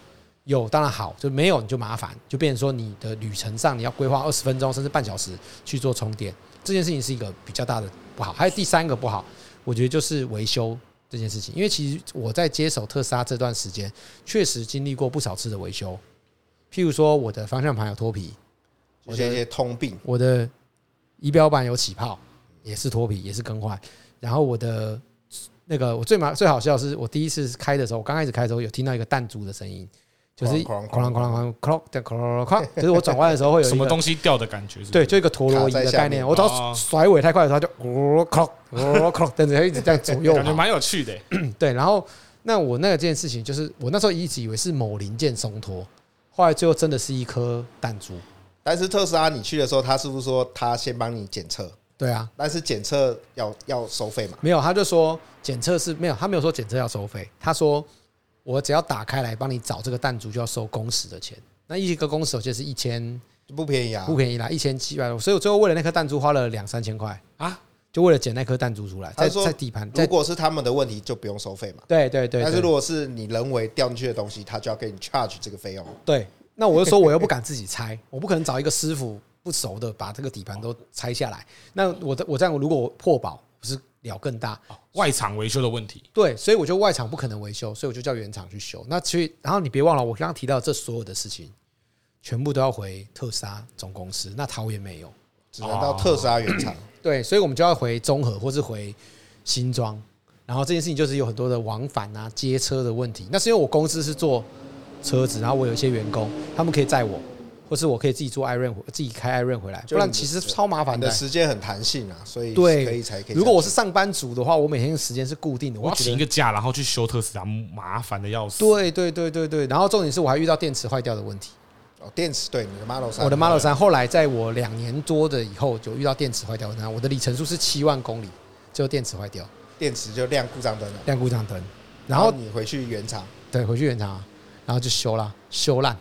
S1: 有当然好，就没有你就麻烦，就变成说你的旅程上你要规划二十分钟甚至半小时去做充电，这件事情是一个比较大的不好。还有第三个不好，我觉得就是维修这件事情，因为其实我在接手特斯拉这段时间，确实经历过不少次的维修，譬如说我的方向盘有脱皮，
S2: 我这些通病，
S1: 我的仪表板有起泡，也是脱皮，也是更换。然后我的那个我最麻最好笑的是，我第一次开的时候，我刚开始开的时候有听到一个弹珠的声音，就是
S2: 哐啷
S1: 哐啷哐啷
S2: 哐啷
S1: 哐啷哐啷哐啷哐啷，就是我转弯的时候会有一
S3: 什么
S1: 个
S3: 东西掉的感觉是不是？
S1: 对，就一个陀螺仪
S2: 卡在
S1: 的
S2: 下
S1: 概
S2: 面
S1: 念。我只
S3: 哦
S1: 要甩尾太快的时候，它就咕噜哐咕噜 哐，等着一直这样左 右
S3: 感觉
S1: 跑
S3: 蛮有趣的。欸
S1: 对，然后那我那件事情就是，我那时候一直以为是某零件松脱，后来最后真的是一颗弹珠。
S2: 但是特斯拉你去的时候，他是不是说他先帮你检测？
S1: 对啊，
S2: 但是检测要要收费嘛？
S1: 没有，他就说检测是没有，他没有说检测要收费，他说我只要打开来帮你找这个弹珠就要收工时的钱，那一个工时我记得是一千
S2: 不便宜啊
S1: 不，便宜啦，一千七百多，所以我最后为了那颗弹珠花了两三千块
S3: 啊，
S1: 就为了捡那颗弹珠出来，
S2: 他
S1: 在
S2: 说
S1: 在底盘，
S2: 如
S1: 在
S2: 果是他们的问题，就不用收费嘛。
S1: 对对对，
S2: 但是
S1: 对
S2: 如果是你人为掉进去的东西，他就要给你 charge 这个费用。
S1: 对，那我就说我又不敢自己 拆，我不可能找一个师傅不熟的把这个底盘都拆下来，那我的我这样如果我破保不是了更大，
S3: 哦外场维修的问题，
S1: 对，所以我就外场不可能维修，所以我就叫原厂去修。那其实，然后你别忘了，我刚刚提到这所有的事情，全部都要回特斯拉总公司。那桃园没有，
S2: 只能到特斯拉原厂。
S1: 对，所以我们就要回综合或是回新庄，然后这件事情就是有很多的往返啊、接车的问题。那是因为我公司是做车子，然后我有一些员工，他们可以载我，或是我可以自己做艾润，自己开艾润回来，
S2: 就
S1: 不
S2: 你
S1: 然其实超麻烦
S2: 你
S1: 的
S2: 的。时间很弹性啊，所以
S1: 对
S2: 可以才可以这样。
S1: 如果我是上班族的话，我每天的时间是固定的，
S3: 我要
S1: 觉
S3: 请一
S1: 得
S3: 个假，然后去修特斯拉，麻烦的要死。，
S1: 对对对对对。然后重点是我还遇到电池坏掉的问题。
S2: 哦电池，对你的 Model 三，
S1: 我的 Model 三后来在我两年多的以后，就遇到电池坏掉，那我的里程数是七万公里，就电池坏掉，
S2: 电池就亮故障灯了。
S1: 亮故障灯，然后
S2: 你回去原厂
S1: 对回去原厂啊，然后就修啦，修烂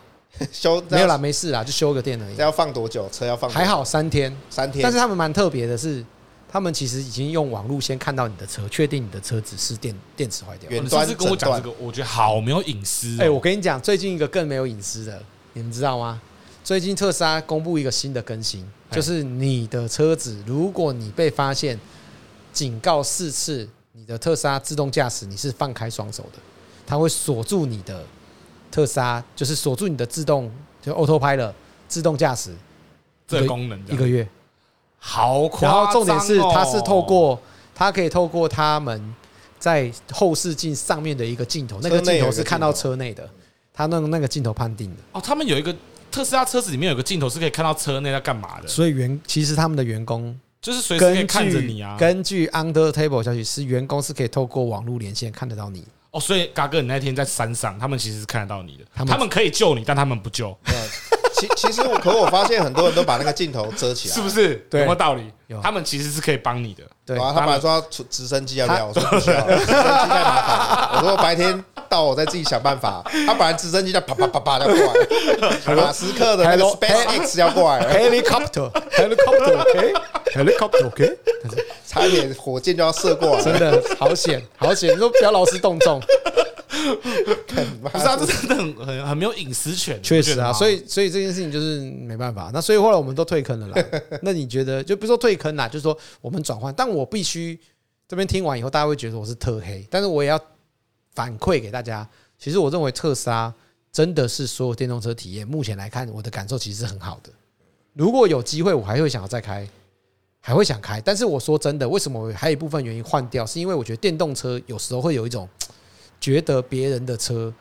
S2: 修，
S1: 没有啦，，没事啦，就修个电而
S2: 这
S1: 已，
S2: 要放多久？车要放多久
S1: 还好三天。
S2: 三天，
S1: 但是他们蛮特别的是，他们其实已经用网络先看到你的车，确定你的车子是电电池坏掉。
S2: 远
S3: 你上
S2: 端
S3: 次跟我
S2: 诊
S3: 讲
S2: 断
S3: 这个，我觉得好没有隐私哦。
S1: 哎、我跟你讲，最近一个更没有隐私的，你们知道吗？最近特斯拉公布一个新的更新，
S3: 哎
S1: 就是你的车子，如果你被发现警告四次，你的特斯拉自动驾驶你是放开双手的，它会锁住你的特斯拉，就是锁住你的自动就 autopilot 自动驾驶
S3: 这个功能
S1: 一
S3: 这样
S1: 个月。
S3: 好夸
S1: 然
S3: 张哦哦
S1: 后重点是，它是透过它可以透过他们在后视镜上面的一个镜头，那个
S2: 车内
S1: 镜
S2: 有
S1: 头
S2: 一个
S1: 是看到
S2: 镜头
S1: 车内的，他用那个镜头判定的。
S3: 哦，他们有一个特斯拉车子里面有个镜头是可以看到车内在干嘛的，
S1: 所以员其实他们的员工
S3: 就是随时可以
S1: 根
S3: 看着
S1: 据
S3: 你啊。
S1: 根据 Under Table 消息是员工是可以透过网络连线看得到你。
S3: 哦，所以嘎哥，你那天在山上，他们其实是看得到你的，
S1: 他
S3: 他
S1: 们
S3: 们可以救你，但他们不救，
S2: 没有其其实我，可我发现很多人都把那个镜头遮起 来，
S3: 是不？是？有
S1: 对
S3: 没有道理
S1: 有？
S3: 他们其实是可以帮你的。
S1: 对，
S2: 然后啊他本来说要出直升机要聊，我说不 需要，直升机太麻烦了。我说白天到我再自己想办法。他本来直升机在啪啪啪啪的过来，马斯克的那个
S1: Hello
S2: SpaceX 要过来了，
S1: helicopter helicopter OK helicopter OK，
S2: 差一点火箭就要射过来
S1: 真
S2: 了。
S1: 的好险好险！你说不要劳师动众，
S2: 妈
S3: 不是啊，这真的很很很没有隐私权，
S1: 确
S3: 你不
S1: 实
S3: 觉得
S1: 啊，
S3: 吗
S1: 所以所以这件事情就是没办法。那所以后来我们都退坑了啦。那你觉得就不是说退坑啦，就是说我们转换，但我必须这边听完以后，大家会觉得我是特黑，但是我也要反馈给大家，其实我认为特斯拉真的是所有电动车体验目前来看，我的感受其实是很好的。如果有机会，我还会想要再开，还会想开。但是我说真的，为什么我还有一部分原因换掉，是因为我觉得电动车有时候会有一种觉得别人的车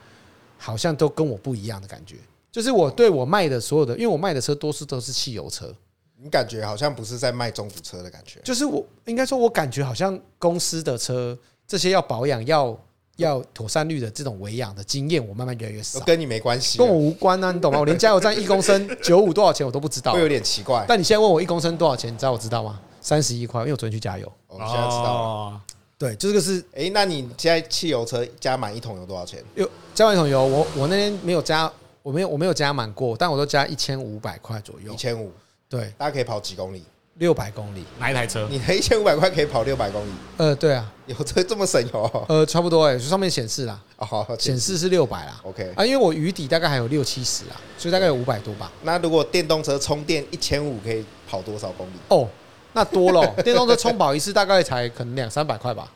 S1: 好像都跟我不一样的感觉。就是我对我卖的所有的，因为我卖的车多数都是汽油车，
S2: 你感觉好像不是在卖中古车的感觉，
S1: 就是我应该说，我感觉好像公司的车这些要保养、要要妥善率的这种维养的经验，我慢慢越来越
S2: 都
S1: 少，
S2: 跟你没关系
S1: 跟我
S2: 了，
S1: 无关啊，你懂吗？我 连加油站一公升九五多少钱我都不知道
S2: 会。有点奇怪。
S1: 但你现在问我一公升多少钱，你知道我知道吗？三十一块，因为我昨天去加油。
S2: 我现在知道了。
S3: 哦
S1: 对，就这个是
S2: 哎，那你现在汽油车加满一桶油多少钱？
S1: 有加完一桶油，我我那天没有加，我没有我没有加满过，但我都加一千五百块左右
S2: 一，千五，
S1: 对，
S2: 大家可以跑几公里？
S1: 六百公里。
S3: 哪一台车？
S2: 你的一千五百块可以跑六百公里，
S1: 呃，对啊，
S2: 有这这么省油哦？
S1: 呃，差不多哎、就上面显示啦，
S2: 哦好，
S1: 显示是六百啦。
S2: OK
S1: 啊，因为我余底大概还有六七十啊，所以大概有五百多吧。
S2: 那如果电动车充电一千五可以跑多少公里？
S1: 哦，那多了哦，电动车充饱一次大概才可能两三百块吧，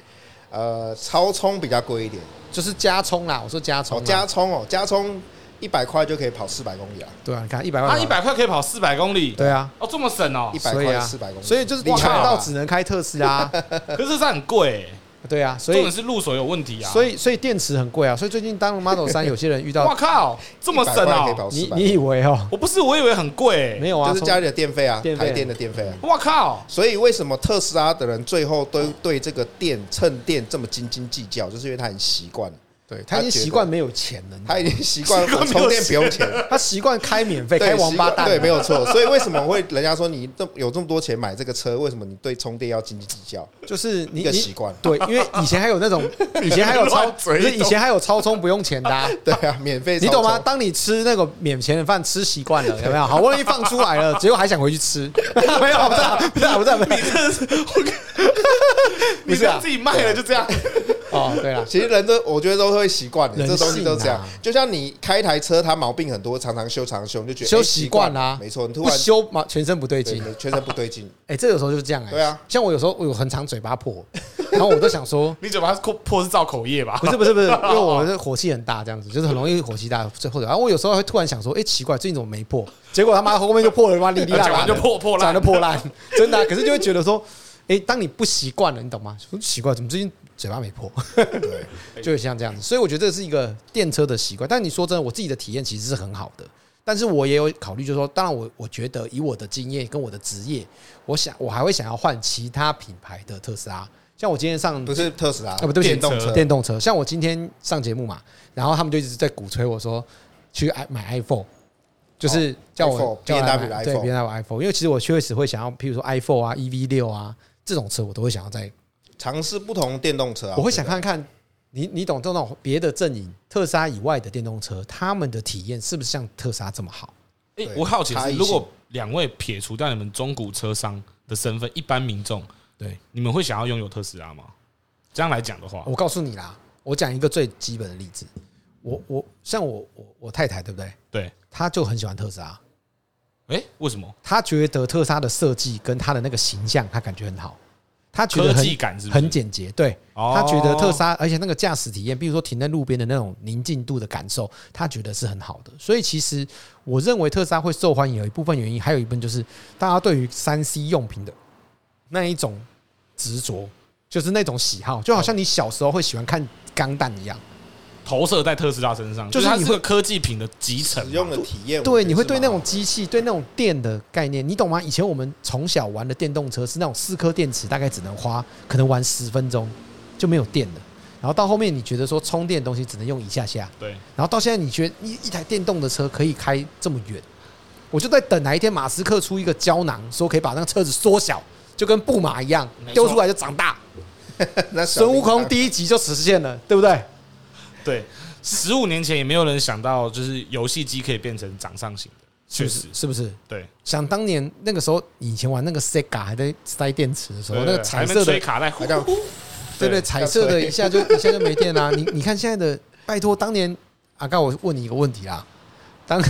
S2: 呃，超充比较贵一点，
S1: 就是加充啦。我说加充
S2: 哦，
S1: 啦，
S2: 加充哦，加充一百块就可以跑四百公里啊，
S1: 对啊，你看一百
S3: 他
S1: 万，
S3: 一百块可以跑四百公里，
S1: 对啊，
S3: 哦，这么省哦
S2: 一。百
S1: 所以
S2: 块
S1: 啊
S2: 四百公里，
S1: 所以就是
S2: 厉
S1: 看
S2: 害
S1: 到
S2: 啊！
S1: 只能开特斯 拉，
S3: 可是这很贵欸，
S1: 对啊，
S3: 重
S1: 所以
S3: 点是入手有问题啊。
S1: 所以所以电池很贵啊，所以最近当了 Model 三，有些人遇
S3: 我
S1: 到
S3: 靠，这么省
S2: 100块可以
S3: 哦！
S2: 跑
S1: 你
S2: 400公里
S1: 啊你以为哦，
S3: 我不是，我以为很贵欸。
S1: 没有啊，
S2: 就是
S1: 充
S2: 家里的电费啊，
S1: 电费
S2: 台电的电费啊。
S3: 我 靠，
S2: 所以为什么特斯拉的人最后都对这个电蹭电这么斤斤计较，就是因为他很习惯了，
S1: 对他已经
S2: 他觉得
S1: 习惯没有钱了，你知道吗
S2: 他已经习 惯
S3: 习惯
S2: 我
S3: 没有
S2: 充电不用钱，
S1: 他习惯开免费，
S2: 对
S1: 开王八蛋啊，
S2: 习惯对，没有错。所以为什么会人家说你这有这么多钱买这个车，为什么你对充电要斤斤计较？
S1: 就是你
S2: 一个
S1: 你
S2: 习惯
S1: 对，因为以前还有那种， 以前还有超，
S3: 乱
S1: 不
S3: 嘴一通
S1: 是以前还有超充不用钱的、啊，
S2: 对啊，免费
S1: 你懂吗？
S2: 超充？
S1: 当你吃那个免钱的饭吃习惯了，有没有？好不容易放出来了，结果还想回去吃， 没有，不是啊，不是啊，不是啊，不是啊， 不
S3: 你
S1: 是啊
S3: 自己卖了就这样。
S1: 哦，对了，
S2: 其实人都我觉得都会习惯的，
S1: 人
S2: 这
S1: 性啊
S2: 东西都这样。就像你开一台车，它毛病很多，常常修，常常修，你就觉得
S1: 修
S2: 哎
S1: 习
S2: 习
S1: 惯
S2: 了
S1: 啦，
S2: 没错，你突
S1: 不
S2: 然
S1: 修嘛，全身不对
S2: 对
S1: 劲
S2: 你。的全身不对劲，
S1: 哎，这有时候就是这样哎，
S2: 对啊，
S1: 像我有时候我有很长嘴巴破，然后我都想说，
S3: 你嘴巴破破是造口业吧
S1: 不？是不是不 是，因为我的火气很大，这样子就是很容易火气大，最后者啊然后我有时候会突然想说，哎、奇怪，最近怎么没破？结果他妈后面就破了，他妈哩哩啦啦
S3: 呃讲
S1: 的，
S3: 完就破破烂
S1: 讲就破烂，真的啊、可是就会觉得说，诶，当你不习惯了，你懂吗？说奇怪，怎么最近嘴巴没破？
S2: 对，
S3: 哎
S1: 就是像这样子。所以我觉得这是一个电车的习惯。但你说真的，我自己的体验其实是很好的。但是我也有考虑，就是说，当然我我觉得以我的经验跟我的职业，我想我还会想要换其他品牌的特斯拉。像我今天上
S2: 不是特斯拉，
S1: 啊不对不起
S2: 电动车，
S1: 电动车，像我今天上节目嘛，然后他们就一直在鼓吹我说去 i 买 iPhone，就是叫我、
S2: 哦 iPhone，
S1: 叫我来买
S2: B&W iPhone
S1: 对 B N W iPhone，因为其实我确实会想要，譬如说 iPhone 啊、E V 六啊这种车，我都会想要在，
S2: 尝试不同电动车啊，
S1: 我会想看看你你懂这种别的阵营特斯拉以外的电动车，他们的体验是不是像特斯拉这么好？
S3: 哎、
S2: 对
S3: 我好奇
S2: 差异性
S3: 是，如果两位撇除掉你们中古车商的身份，一般民众，
S1: 对，
S3: 你们会想要拥有特斯拉吗？这样来讲的话，
S1: 我告诉你啦，我讲一个最基本的例子，我我像我我我太太对不对？
S3: 对，
S1: 她就很喜欢特斯拉，
S3: 哎、为什么
S1: 她觉得特斯拉的设计跟她的那个形象，她感觉很好，她觉
S3: 科
S1: 得很
S3: 技感是不是
S1: 很简洁，对
S3: 哦
S1: 他觉得特斯拉，而且那个驾驶体验，比如说停在路边的那种宁静度的感受，他觉得是很好的。所以其实我认为特斯拉会受欢迎，有一部分原因，还有一部分就是大家对于三 C 用品的那一种执着，就是那种喜好，就好像你小时候会喜欢看钢弹一样，
S3: 投射在特斯拉身上，
S1: 就
S3: 就是是它
S1: 你
S3: 是
S1: 会
S3: 个科技品的集成
S2: 使
S3: 嘛。
S2: 用的体验，我
S1: 对，
S2: 觉得
S1: 你会
S2: 是
S1: 对那种
S2: 蛮好
S1: 机器，对那种电的概念，你懂吗？以前我们从小玩的电动车是那种四颗电池，大概只能花可能玩十分钟就没有电了。然后到后面你觉得说充电的东西只能用一下下，
S3: 对，
S1: 然后到现在你觉得一一台电动的车可以开这么远，我就在等哪一天马斯克出一个胶囊，说可以把那个车子缩小，就跟布马一样
S3: 没错
S1: 丢出来就长大。
S2: 的 那小
S1: 孙悟空
S2: 铃铛
S1: 第一集就实现了，对不对？
S3: 对，十五年前也没有人想到，就是游戏机可以变成掌上型的，确实，
S1: 是不是？
S3: 对，
S1: 想当年那个时候，以前玩那个 Sega 还在塞电池的时候，
S3: 对
S1: 那
S3: 对
S1: 个
S3: 对
S1: 彩
S3: 还
S1: 色
S3: 能
S1: 的
S3: 吹卡带，呼
S2: 还这样
S3: 呼
S1: 对对，彩色的
S2: 要吹
S1: 一下就一下就没电啦、你你看现在的，拜托，当年阿刚，我问你一个问题啦，当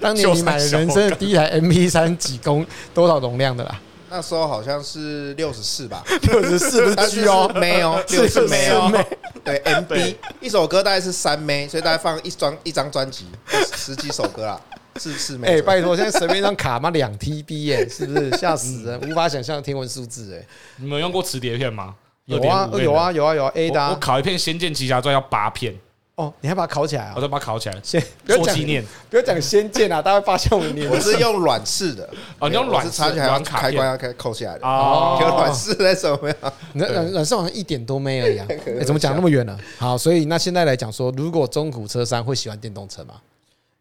S1: 当年你买了人生的第一台 MP 三几公多少容量的啦？
S2: 那时候好像是六十四 吧，
S1: 六十四不是 G 哦，
S2: 没 有，
S1: 是
S2: 是没有
S1: 是妹，
S2: 对 MB
S3: 对
S2: 一首歌大概是三枚，所以大概放一张一张专辑， 十十几首歌啦，是是
S1: 哎、
S2: 没错。
S1: 拜托，现在随便一张卡嘛两 TB 耶、是不是吓死人？无法想象的天文数字哎、
S3: 你们有用过磁碟片吗？
S1: 有啊
S3: 2.5
S1: 有啊有啊有啊 A
S3: 类
S1: 的
S3: 的，我我
S1: 啊、
S3: 烤一片《仙剑奇侠传》要八片，
S1: 哦，你还把它拷起来啊
S3: 我？再把它烤起来
S1: 先不要
S3: 做
S1: 讲
S3: 纪念。
S1: 不要讲仙剑啊，大家会发现我们年
S2: 我
S1: 纪
S2: 是用软式的，
S3: 哦你用软
S2: 我
S3: 式
S2: 是插起来要
S3: 软卡
S2: 开
S3: 片
S2: 关要开扣下来的，
S3: 哦
S2: 有软式那种没有？
S1: 那软软上好像一点都没有一样，哎怎么讲那么远呢、好，所以那现在来讲说，如果中古车商会喜欢电动车吗？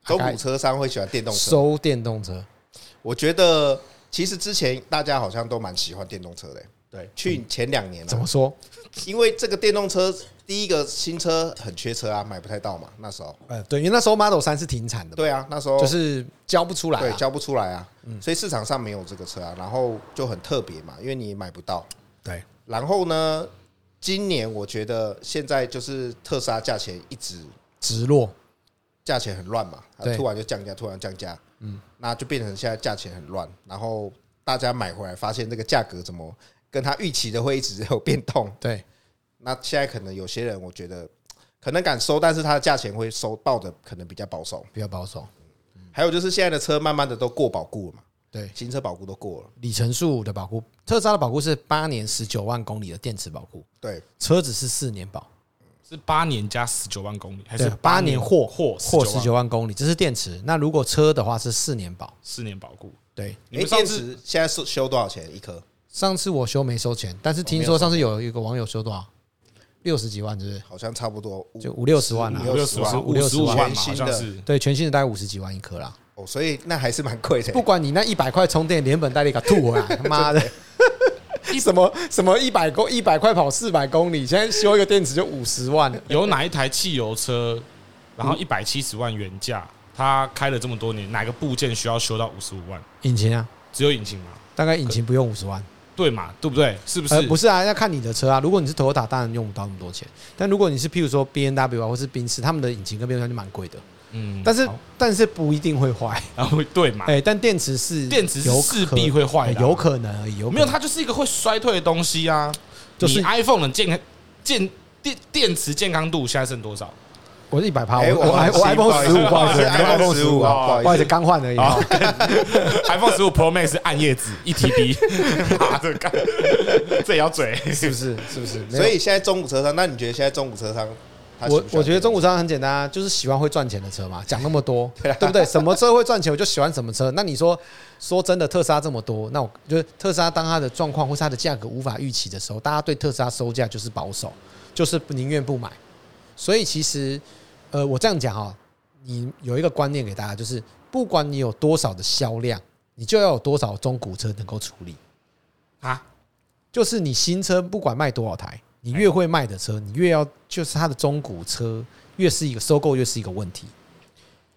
S2: 中古车商会喜欢电动车，
S1: 收电动车，
S2: 我觉得其实之前大家好像都蛮喜欢电动车的、
S3: 对，
S2: 去前两年、啊、
S1: 怎么说？
S2: 因为这个电动车，第一个新车很缺车啊，买不太到嘛。那时候，
S1: 呃，对，因为那时候 Model 三是停产的嘛，
S2: 对啊，那时候
S1: 就是交不出来、
S2: 对
S1: 啊。
S2: 交不出来啊，所以市场上没有这个车啊，然后就很特别嘛，因为你买不到。
S1: 对，
S2: 然后呢，今年我觉得现在就是特斯拉价钱一直
S1: 直落，
S2: 价钱很乱嘛，它
S1: 对
S2: 突然就降价，突然降价，嗯，那就变成现在价钱很乱，然后大家买回来发现这个价格怎么跟它预期的会一直有变动，
S1: 对，
S2: 那现在可能有些人，我觉得可能敢收，但是它的价钱会收报的可能比较保守。
S1: 比较保守。嗯
S2: 还有就是现在的车慢慢的都过保固了嘛，
S1: 对，
S2: 新车保固都过了，
S1: 里程数的保护，特斯拉的保护是八年十九万公里的电池保护，
S2: 对，
S1: 车子是四年保，
S3: 是八年加十九万公里，还
S1: 对
S3: 是
S1: 八年或
S3: 或
S1: 或
S3: 19
S1: 十
S3: 万
S1: 九万公里，这是电池。那如果车的话是四年保，
S3: 四年保固？
S1: 对。
S3: 你
S2: 哎，
S3: 们上
S2: 电
S3: 次
S2: 池现在是修多少钱一颗？
S1: 上次我修没收钱，但是听说上次有一个网友修多少，六十几万，是不是？
S2: 好像差不多五
S1: 就五六十万啊啦、
S2: 五
S3: 五
S2: 六
S3: 六
S2: 十
S3: 十
S2: 万
S3: 万、
S1: 五六十
S3: 五
S1: 万
S3: 万嘛，
S2: 全
S3: 好
S2: 新的
S3: 像是。
S1: 对，全新的大概五十几万一颗啦。
S2: 哦，所以那还是蛮贵的。
S1: 不管你那一百块充电连本带利给它吐回来，他妈的！什么什么一百公一百块跑四百公里，现在修一个电池就五十万了。
S3: 有哪一台汽油车，然后一百七十万原价，它开了这么多年，哪个部件需要修到五十五万？
S1: 引擎啊，
S3: 只有引擎嘛？
S1: 大概引擎不用五十万，
S3: 对嘛？对不对？是不
S1: 呃，
S3: 是？
S1: 不是啊，要看你的车啊。如果你是 Toyota，当然用不到那么多钱。但如果你是譬如说 B N W 啊，或是宾士，他们的引擎跟变速箱就蛮贵的，
S3: 嗯
S1: 但是
S3: 好
S1: 但是不一定会坏。
S3: 然后 对嘛？
S1: 哎，但电池是
S3: 电池是
S1: 有
S3: 势
S1: 可哎
S3: 必会坏的啊
S1: 有可能而已。有可
S3: 没有，
S1: 能
S3: 它就是一个会衰退的东西啊。
S1: 就是
S3: 你 iPhone 的健康健电电池健康度现在剩多少？
S1: 我是一百趴，
S2: 哎
S1: 啊我我
S2: 我
S1: 我我
S2: 我
S1: iPhone 十五，不好意思
S3: 我是
S1: ，iPhone 十五
S2: 15
S1: 啊，
S2: 啊
S1: 不好意思，刚换而已。
S3: 啊，iPhone 十五 Pro Max 暗夜紫一 TB，妈的干，这也要嘴。
S1: 是不是？是不是？没有
S2: 所以现在中古车商，那你觉得现在中古车商，他喜
S1: 我
S2: 不喜欢
S1: 我觉得中古商很简单啊，就是喜欢会赚钱的车嘛。讲那么多，
S2: 对啊
S1: 对不对？什么车会赚钱，我就喜欢什么车。那你说说真的，特斯拉这么多，那我就是特斯拉，当它的状况或是它的价格无法预期的时候，大家对特斯拉收价就是保守，就是宁愿不买。所以其实，呃，我这样讲哈、你有一个观念给大家，就是不管你有多少的销量，你就要有多少中古车能够处理。
S3: 啊，
S1: 就是你新车不管卖多少台，你越会卖的车，你越要就是它的中古车越是一个收购越是一个问题，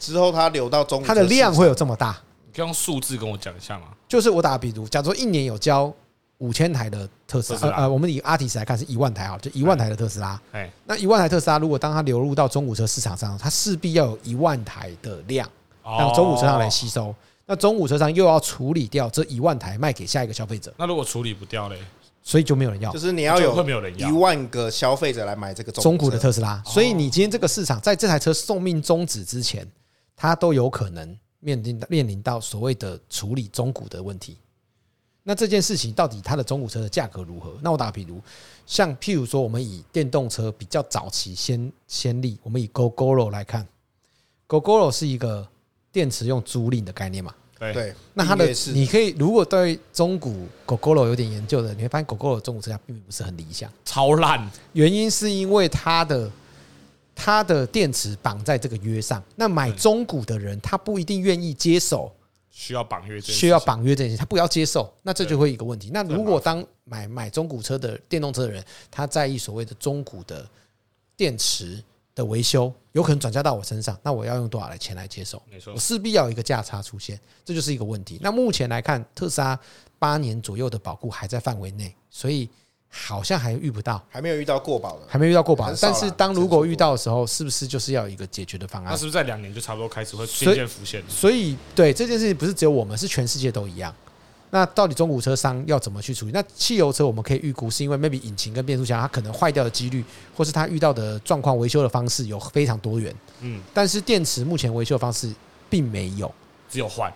S2: 之后他流到中古
S1: 它
S2: 车
S1: 的量会有这么大。
S3: 你可以用数字跟我讲一下吗？
S1: 就是我打比如，假如说一年有交五千台的特斯拉，
S3: 特斯
S1: 呃
S3: 拉
S1: 呃，我们以阿提斯来看是一万台啊，就一万台的特斯拉。
S3: 哎，
S1: 那一万台特斯拉，如果当它流入到中古车市场上，它势必要有一万台的量，让中古车商来
S3: 哦。
S1: 吸收。那中古车商又要处理掉这一万台，卖给下一个消费者，
S3: 那如果处理不掉嘞，
S1: 所以就没有人要
S2: 市场，就是你要
S3: 就会没
S2: 有
S3: 有人要
S2: 一。万个消费者来买这个
S1: 中古
S2: 古
S1: 的
S2: 车哦
S1: 特斯拉。所以你今天这个市场，在这台车寿命终止之前，它都有可能面临面临到所谓的处理中古的问题。那这件事情到底它的中古车的价格如何？那我打比如，像譬如说，我们以电动车比较早期先先例，我们以 GoGoRo 来看，GoGoRo 是一个电池用租赁的概念嘛？
S3: 对，
S2: 对，
S1: 那它的
S2: 订阅式
S1: 你可以如果对中古 GoGoRo 有点研究的，你会发现 GoGoRo 的中古车价并不是很理想。
S3: 超烂。
S1: 原因是因为它的它的电池绑在这个约上，那买中古的人他不一定愿意接手
S3: 需要绑约这件事情
S1: 需要绑约这件事，他不要接受，那这就会一个问题。那
S3: 很麻烦
S1: 如果当买买中古车的电动车的人，他在意所谓的中古的电池的维修，有可能转嫁到我身上，那我要用多少来钱来接受？
S3: 没错
S1: 我势必要有一个价差出现，这就是一个问题。那目前来看，特斯拉八年左右的保固还在范围内，所以好像还遇不到。
S2: 还没有遇到过保的，
S1: 还没遇到过保
S2: 很，少
S1: 但
S2: 啦
S1: 是当如果遇到的时候，是不是就是要有一个解决的方
S3: 那
S1: 案？
S3: 是不是在两年就差不多开始会
S1: 所以
S3: 渐渐浮现了？
S1: 所以，对这件事情不是只有我们，是全世界都一样。那到底中古车商要怎么去处理？那汽油车我们可以预估，是因为 maybe 引擎跟变速箱它可能坏掉的几率，或是它遇到的状况维修的方式有非常多元。
S3: 嗯，
S1: 但是电池目前维修的方式并没有。
S3: 只有换。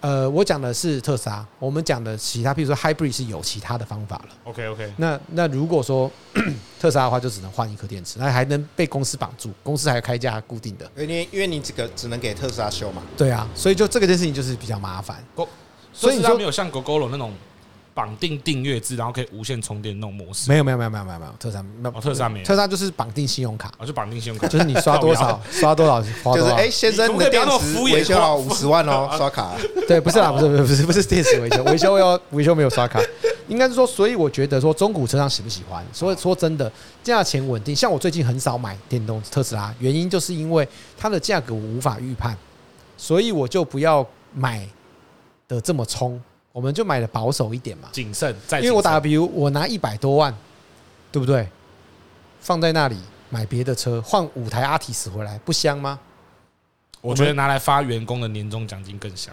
S1: 呃，我讲的是特斯拉，我们讲的其他，譬如说 hybrid 是有其他的方法了。
S3: OK OK，
S1: 那那如果说 特斯拉的话，就只能换一颗电池，那还能被公司绑住，公司还开价固定的。
S2: 因为因为你这个只能给特斯拉修嘛，
S1: 对啊，所以就这个件事情就是比较麻烦。所
S3: 所
S1: 以
S3: 以
S1: 你
S3: 你
S1: 说
S3: 没有像 GoGoRo 那种绑定订阅制，然后可以无限充电那种模式，
S1: 没有没有没有没有没有没有特斯拉没有
S3: 哦特斯拉没有
S1: 特斯拉就是绑定信用卡，
S3: 啊，就绑定信用卡，
S1: 就是你刷多少刷多少花
S2: 就
S1: 多
S2: 是
S1: 少
S2: 哎、。先
S3: 你
S2: 生，
S3: 可
S2: 你
S3: 不可以
S2: 的电
S3: 不要那么
S2: 池
S3: 敷衍
S2: 维修
S3: 化
S2: 了五十万 哦，刷卡
S1: 对，不是啦，不是不是不是不是电池维修，维修要维修没有刷卡，应该是说，所以我觉得说中古车商喜不喜欢，所以说真的价钱稳定。像我最近很少买电动特斯拉，原因就是因为它的价格我无法预判，所以我就不要买的这么冲，我们就买的保守一点嘛。
S3: 谨慎再
S1: 因
S3: 谨慎
S1: 为我打个比如，我拿一百多万，对不对？放在那里买别的车，换五台阿提斯回来，不香 吗？
S3: 我觉得拿来发员工的年终奖金更香。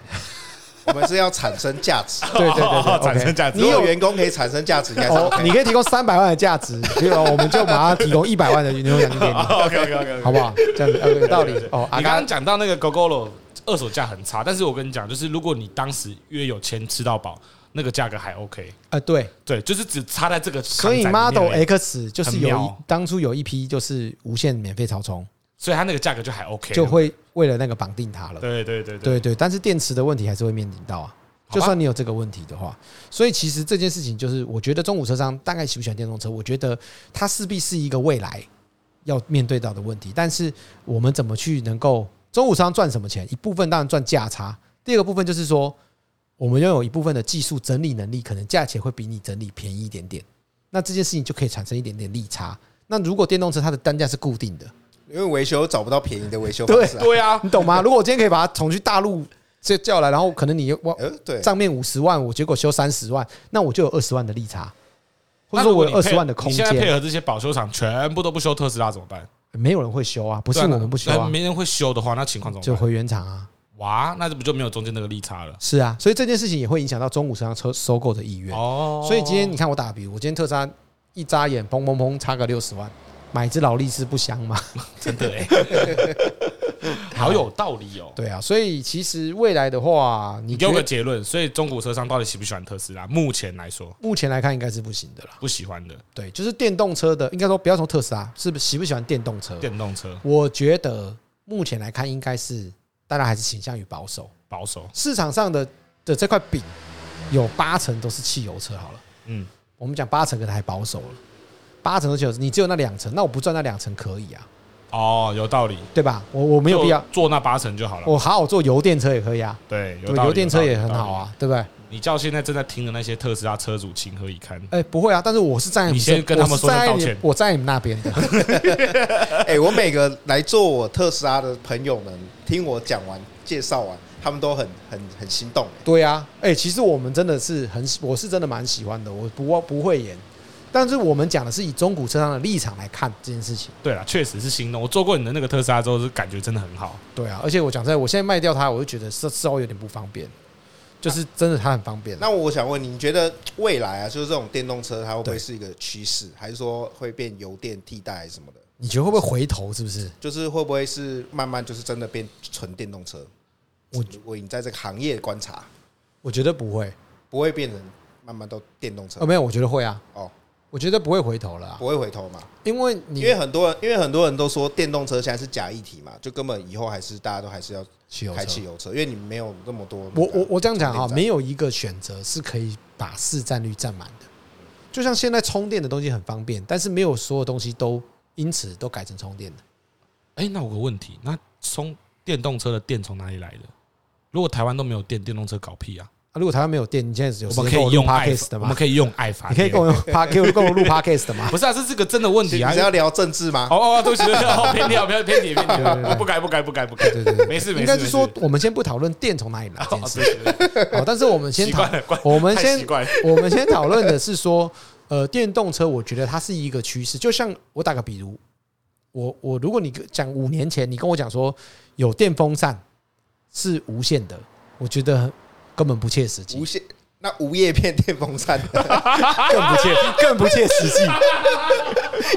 S2: 我们是要产生价 值。
S3: 啊
S1: 对对对对，
S3: 哦产生
S1: OK
S3: 价值
S1: 你
S2: 如
S1: 有
S2: 果员工可以产生价值，应该是
S1: 哦，
S2: OK
S1: 你。可以提供三百万的价值，比如我们就马上提供一百万的牛牛奖金给你，
S3: OK OK OK，
S1: 好不好？这样子呃有道理哦。阿
S3: 你刚
S1: 刚
S3: 刚讲到那个 GoGoRo 二手价很差，但是我跟你讲，就是如果你当时约有钱吃到饱，那个价格还 OK。
S1: 呃对，
S3: 对，就是只差在这个
S1: 所以
S3: 坎仔里
S1: Model
S3: 面而已
S1: X 就是有
S3: 很
S1: 一
S3: 妙
S1: 当初有一批就是无限免费超充，
S3: 所以它那个价格就还 OK，
S1: 就会为了那个绑定它了。
S3: 对对对
S1: 对对，但是电池的问题还是会面临到啊。
S3: 好
S1: 就
S3: 吧
S1: 算你有这个问题的话，所以其实这件事情就是，我觉得中古车商大概喜不喜欢电动车，我觉得它势必是一个未来要面对到的问题。但是我们怎么去能够中古商赚什么钱？一部分当然赚价差，第二个部分就是说，我们拥有一部分的技术整理能力，可能价钱会比你整理便宜一点点。那这件事情就可以产生一点点利差。那如果电动车它的单价是固定的，
S2: 因为维修找不到便宜的维修方式、啊。
S3: 对啊，
S1: 你懂吗？如果我今天可以把它从去大陆这叫来，然后可能你我
S2: 呃，对，
S1: 账面五十万，我结果修三十万，那我就有二十万的利差，或者
S3: 那
S1: 说
S3: 如
S1: 我
S3: 果
S1: 有二十万的
S3: 你配
S1: 空
S3: 你现在配
S1: 间。
S3: 合这些保修厂全部都不修特斯拉怎么办？
S1: 没有人会修啊，不
S3: 不
S1: 是我们不修啊，
S3: 没人会修的话，那情况怎
S1: 就
S3: 么办？
S1: 回原厂啊，
S3: 哇，那这不就没有中间那个利差了？
S1: 是啊，所以这件事情也会影响到中古车商车收购的意愿。
S3: 哦
S1: 所以今天你看我打比，我今天特斯拉一眨眼，砰砰砰，差个六十万，买一只劳力士不香吗？
S3: 真的哎、好有道理哦。
S1: 对啊，所以其实未来的话，你
S3: 你
S1: 觉
S3: 给我个
S1: 得
S3: 结论，所以中古车商到底喜不喜欢特斯拉？目前来说
S1: 目前来看应该是不行的啦。
S3: 不喜欢的
S1: 对，就是电动车的，应该说不要从特斯拉，是不喜不喜欢电动车？
S3: 电动车
S1: 我觉得目前来看应该是大家还是倾向于保守。
S3: 保守，
S1: 市场上的的这块饼有八成都是汽油车好了，
S3: 嗯，
S1: 我们讲八成可能还保守了，八成都是汽油车，你只有那两成，那我不赚那两成可以啊，
S3: 哦，有道理，
S1: 对吧？我我没有
S3: 就
S1: 必要，
S3: 做那八成就好了。
S1: 我好好做油电车也可以啊，
S3: 对，有
S1: 对，
S3: 道理
S1: 油电车也很。
S3: 有
S1: 好
S3: 道理
S1: 啊，对不对？
S3: 你叫现在正在听的那些特斯拉车主情何以堪？
S1: 哎，不会啊，但是我是站在
S3: 你
S1: 们这
S3: 先跟他们说
S1: 我是站在
S3: 声道歉
S1: 你我站在你们那边的，
S2: 哎、我每个来做我特斯拉的朋友们，听我讲完介绍完，他们都很很很心动、欸
S1: 对啊，哎、其实我们真的是很喜，我是真的蛮喜欢的，我不不会演，但是我们讲的是以中古车商的立场来看这件事情。
S3: 对了，确实是心动。我坐过你的那个特斯拉之后，是感觉真的很好。
S1: 对啊，而且我讲实在，我现在卖掉它，我就觉得稍稍微有点不方便，就是真的它很方便。啊
S2: 那我想问你，你觉得未来啊，就是这种电动车，它会不
S1: 对
S2: 会是一个趋势，还是说会变油电替代还是什么的？
S1: 你觉得会不会回头？是不是？
S2: 就是会不会是慢慢就是真的变纯电动车？
S1: 我
S2: 我我你在这个行业观察，
S1: 我觉得不会。
S2: 不会变成慢慢都电动车
S1: 哦，没有，我觉得会啊。
S2: 哦，
S1: 我觉得不会回头了啊、
S2: 不会回头嘛？
S1: 因为你
S2: 因为很多人，因为很多人都说电动车现在是假议题嘛，就根本以后还是大家都还是要
S1: 汽油
S2: 开
S1: 车，
S2: 汽油车，因为你没有那么多那
S1: 我
S2: 个。
S1: 我我这样讲哈，啊
S2: 充电站
S1: 没有一个选择是可以把市占率占满的。就像现在充电的东西很方便，但是没有所有东西都因此都改成充电的。
S3: 哎、那我有个问题，那充电动车的电从哪里来的？如果台湾都没有电，电动车搞屁啊！
S1: 啊，如果台湾没有电，你现在有时间
S3: 我们可
S1: 跟
S3: 以
S1: 我录
S3: 用爱
S1: podcast 的，
S3: 我
S1: 吗
S3: 们？可以用爱发
S1: 你可
S3: 电。
S1: 以跟我用 pa 给我跟我录 podcast 的吗？
S3: 不是啊，是这个真的问题
S2: 你
S3: 啊
S2: 是！要聊政治吗？
S3: 哦哦，对不起，对不起，哦偏题了，不要偏题，偏
S1: 对对对
S3: 题，不改，不改，不改，不改，
S1: 对对对，
S3: 没事，没事，
S1: 应该是
S3: 没事
S1: 说，我们先不讨论电从哪里来这
S3: 哦
S1: 件事，
S3: 对对 对
S1: 好，但是我们先
S3: 习
S1: 讨
S3: 惯，了，惯
S1: 我们
S3: 太
S1: 先
S3: 习惯了。
S1: 我们先讨论的是说，呃，电动车，我觉得它是一个趋势。就像我打个比如，我我如果你讲五年前，你跟我讲说有电风扇是无线的，我觉得根本不切实际
S2: 无，线那无叶片电风扇，
S1: 更不切更不切实际，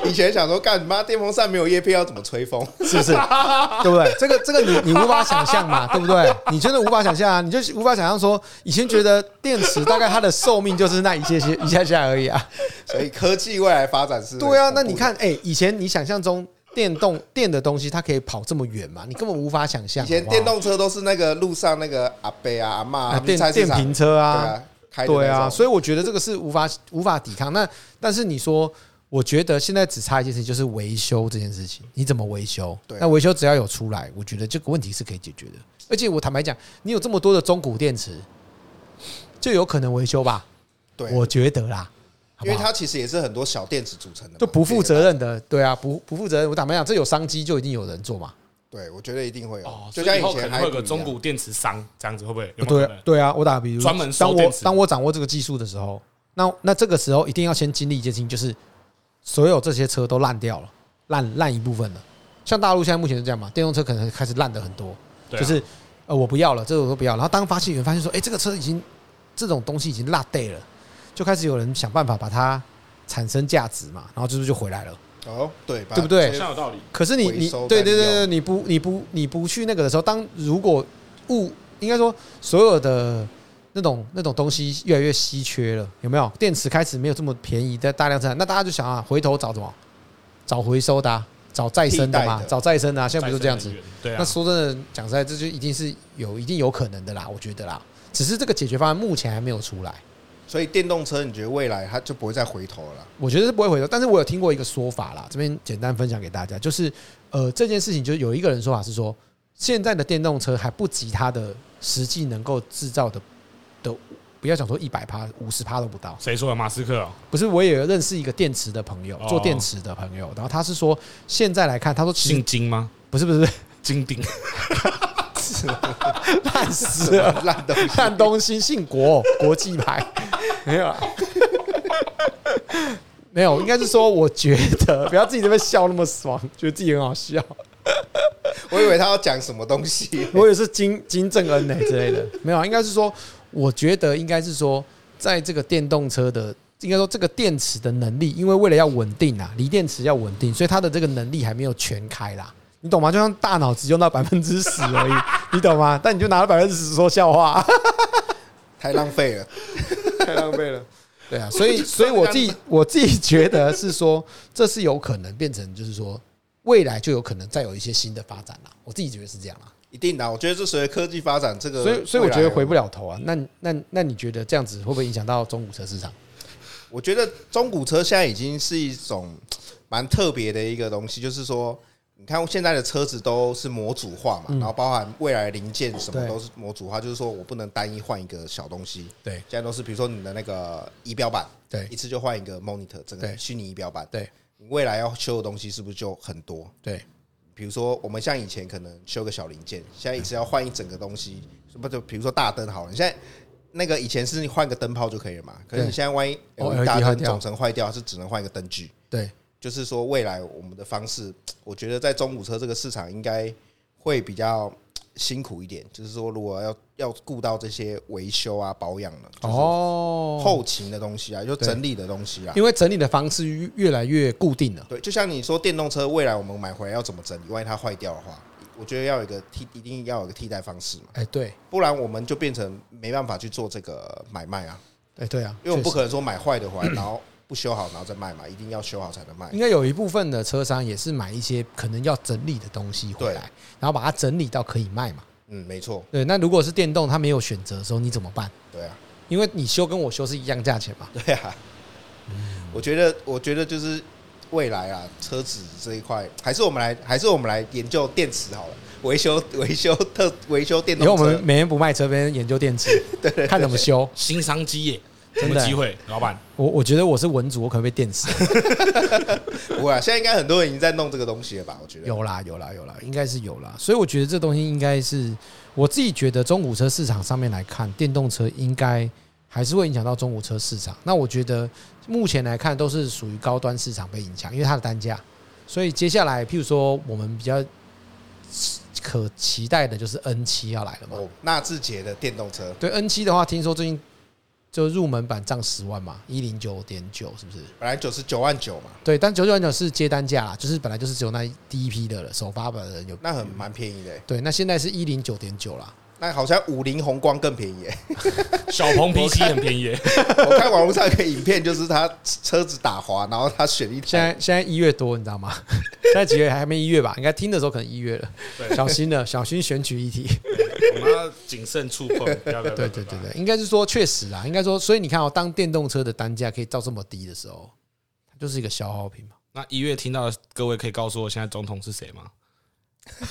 S2: 以前想说干你妈电风扇没有叶片要怎么吹风？
S1: 是不是？ 对不对？这个这个你你无法想象嘛，对不对？你真的无法想象啊，你就是无法想象说，以前觉得电池大概它的寿命就是那一些些一下下而已啊。
S2: 所以科技未来发展是
S1: 对啊，
S2: 很恐怖
S1: 那
S2: 的
S1: 你看，哎、以前你想象中电动电的东西，它可以跑这么远嘛？你根本无法想象。
S2: 以前
S1: 好不好
S2: 电动车都是那个路上那个阿伯啊阿妈
S1: 啊
S2: 啊，
S1: 电
S2: 菜市
S1: 电
S2: 场
S1: 瓶车
S2: 对
S1: 啊，
S2: 啊，开的
S1: 对
S2: 那
S1: 啊，
S2: 种
S1: 所以我觉得这个是无法无法抵抗。那但是你说，我觉得现在只差一件事情，就是维修这件事情，你怎么维修？
S2: 对啊
S1: 那维修只要有出来，我觉得这个问题是可以解决的。而且我坦白讲，你有这么多的中古电池，就有可能维修吧？
S2: 对，
S1: 我觉得啦，好不
S2: 因
S1: 好
S2: 为它其实也是很多小电池组成的嘛，
S1: 就不负责任的，对啊，不不负责任。我坦白讲，这有商机就一定有人做嘛。
S2: 这个。对，我觉得一定会
S3: 哦
S2: 有，，
S3: 所
S2: 就
S3: 以
S2: 像
S3: 以后可
S2: 前
S3: 能
S2: 还
S3: 会有个中古电池商，这样子会不会？有没有
S1: 对
S3: 可
S1: 啊
S3: 能？
S1: 对啊，我打个比如，
S3: 专门收
S1: 当我
S3: 电池
S1: 当我掌握这个技术的时候，那那这个时候一定要先经历一件事情，就是所有这些车都烂掉了，烂烂一部分了。像大陆现在目前是这样嘛，电动车可能开始烂的很多，
S3: 对啊
S1: 就是呃我不要了，这个我都不要。然后当发现有人发现说，哎、这个车已经这种东西已经落地了，就开始有人想办法把它产生价值嘛，然后就是就回来了。
S2: 哦，对吧，
S1: 对不对
S3: 好像有道理。
S1: 可是你
S2: 回
S1: 你
S2: 收
S1: 对对
S2: 再
S1: 对
S2: 利
S1: 对，
S2: 用
S1: 你不你不你不去那个的时候，当如果物应该说所有的那种那种东西越来越稀缺了，有没有？电池开始没有这么便宜的大量生产，那大家就想啊，回头找什么？找回收的、啊，找再生的嘛
S2: 替代，的
S1: 找再生的、啊，现在不是这样子
S3: 再生。能源？对啊
S1: 那，说真的，讲实在，这就一定是有一定有可能的啦，我觉得啦。只是这个解决方案目前还没有出来，
S2: 所以电动车你觉得未来它就不会再回头了啦？
S1: 我觉得是不会回头。但是我有听过一个说法啦，这边简单分享给大家，就是呃，这件事情就是有一个人说法是说，现在的电动车还不及它的实际能够制造的的，不要讲说一百趴，五十趴都不到。
S3: 谁说的？马斯克哦，
S1: 不是，我也有认识一个电池的朋友
S3: 哦，
S1: 做电池的朋友，然后他是说现在来看，他说其实
S3: 姓金吗？
S1: 不是不是不是
S3: 金丁，
S1: 烂死了，
S2: 烂东西，
S1: 看东西姓国，国际牌没 有啊，没有，应该是说我觉得不要自己这边笑那么爽，觉得自己很好笑。
S2: 我以为他要讲什么东西。
S1: 我也是金金正恩呢、之类的，没有啊，应该是说，我觉得应该是说，在这个电动车的应该说这个电池的能力，因为为了要稳定啊，锂电池要稳定，所以它的这个能力还没有全开啦。你懂吗？就像大脑只用到百分之十而已，你懂吗？但你就拿了百分之十说笑话，
S2: 太浪费了，
S1: 太浪费了。对啊，所以所以我自己 我自己觉得是说，这是有可能变成，就是说未来就有可能再有一些新的发展啦。我自己觉得是这样啦。
S2: 一定的。我觉得这随着科技发展，这个
S1: 所以所以我
S2: 呃未来
S1: 觉得回不了头啊。那那那你觉得这样子会不会影响到中古车市场？
S2: 我觉得中古车现在已经是一种蛮特别的一个东西，就是说，你看现在的车子都是模组化嘛，然后包含未来的零件什
S1: 嗯
S2: 么
S1: 对
S2: 都是模组化，就是说我不能单一换一个小东西。
S1: 对
S2: 现在都是比如说你的那个仪表板，
S1: 对
S2: 一次就换一个 monitor，整个
S1: 对
S2: 虚拟仪表板。
S1: 对
S2: 你未来要修的东西是不是就很多？
S1: 对
S2: 比如说我们像以前可能修个小零件，现在一直要换一整个东西，不就比如说大灯好了，你现在那个以前是你换个灯泡就可以了嘛，可是你
S1: 对
S2: 现在万一
S1: 哦
S2: LED 大
S1: LED 坏
S2: 灯
S1: 掉
S2: 总成坏掉，是只能换一个灯具。
S1: 对，
S2: 就是说未来我们的方式，我觉得在中古车这个市场应该会比较辛苦一点，就是说如果要要顾到这些维修啊、保养了，就是
S1: 哦，
S2: 后勤的东西啊，就整理的东西啊。
S1: 因为整理的方式越越来越固定了。
S2: 对，就像你说电动车，未来我们买回来要怎么整理？万一它坏掉的话，我觉得要有一个替，一定要有一个替代方式嘛，
S1: 哎，对，
S2: 不然我们就变成没办法去做这个买卖啊，
S1: 哎，对啊，
S2: 因为我们不
S1: 确实嗯
S2: 可能说买坏的回来，然后不修好，然后再卖嘛，一定要修好才能卖
S1: 应。该有一部分的车商也是买一些可能要整理的东西回来，然后把它整理到可以卖嘛。
S2: 嗯，没错，
S1: 对，那如果是电动，它没有选择的时候，你怎么办？
S2: 对啊，
S1: 因为你修跟我修是一样价钱嘛。
S2: 对啊。
S1: 嗯
S2: 我觉得，我觉得就是未来啊，车子这一块，还是我们来，还是我们来研究电池好了，维修 维修特维修电
S1: 以后
S2: 动
S1: 我们
S2: 车。
S1: 每天不卖车，每天研究电 池，看怎么修。
S3: 新商机耶，什
S1: 真的
S3: 么机会？老板，
S1: 我我觉得我是文主，我可能被电死。
S2: 我啊，现在应该很多人已经在弄这个东西了吧？我觉得
S1: 有啦，有啦，有啦，应该是有啦。所以我觉得这东西应该是我自己觉得中古车市场上面来看，电动车应该还是会影响到中古车市场。那我觉得目前来看都是属于高端市场被影响，因为它的单价。所以接下来，譬如说我们比较可期待的就是 N 七要来了嘛。
S2: 哦，纳智捷的电动车
S1: 对 N 七的话，听说最近就入门版涨十万嘛，一零九点九是不是？
S2: 本来九十九万九嘛，
S1: 对，但九九点九是接单价啦，就是本来就是只有那一第一批的了，首发的人有
S2: 那很蛮便宜的欸。
S1: 对，那现在是一零九点九啦。
S2: 那好像五菱宏光更便宜欸。
S3: 小鹏 P 七很便宜耶，
S2: 我看网络上一个影片，就是他车子打滑，然后他选一
S1: 现
S2: 台，
S1: 在现在一月多，你知道吗？ 现在几月还没一月吧？应该听的时候可能一月了。
S3: 对
S1: 小心了，小心选举议题。
S3: 我们要谨慎 触碰，不要不
S1: 对
S3: 要，不
S1: 对
S3: 要
S1: 对，对，应该是说确实啦，应该说，所以你看哦，当电动车的单价可以到这么低的时候，它就是一个消耗品嘛。
S3: 那一月听到的各位可以告诉我现在总统是谁 吗？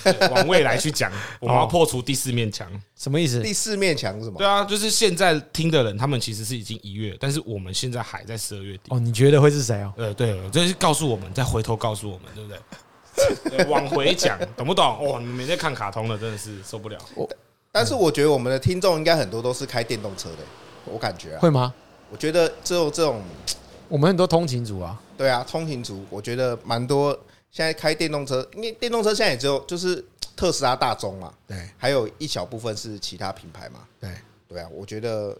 S3: 对往未来去讲，我们要破除第四面墙。
S1: 什么意思？
S2: 第四面墙
S1: 哦
S2: 是什么
S3: 对？啊，就是现在听的人，他们其实是已经一月，但是我们现在还在十二月底。
S1: 哦，你觉得会是谁哦？
S3: 呃，对，这是告诉我们，再回头告诉我们，对不对？对往回讲，懂不懂？哦，你们在看卡通了，真的是受不了。
S2: 但是我觉得我们的听众应该很多都是开电动车的，我感觉啊，
S1: 会吗？
S2: 我觉得只有这种
S1: 我们很多通勤族啊，
S2: 对啊，通勤族，我觉得蛮多现在开电动车，因为电动车现在也只有就是特斯拉、大众嘛，
S1: 对
S2: 还有一小部分是其他品牌嘛，
S1: 对，
S2: 对啊，我觉得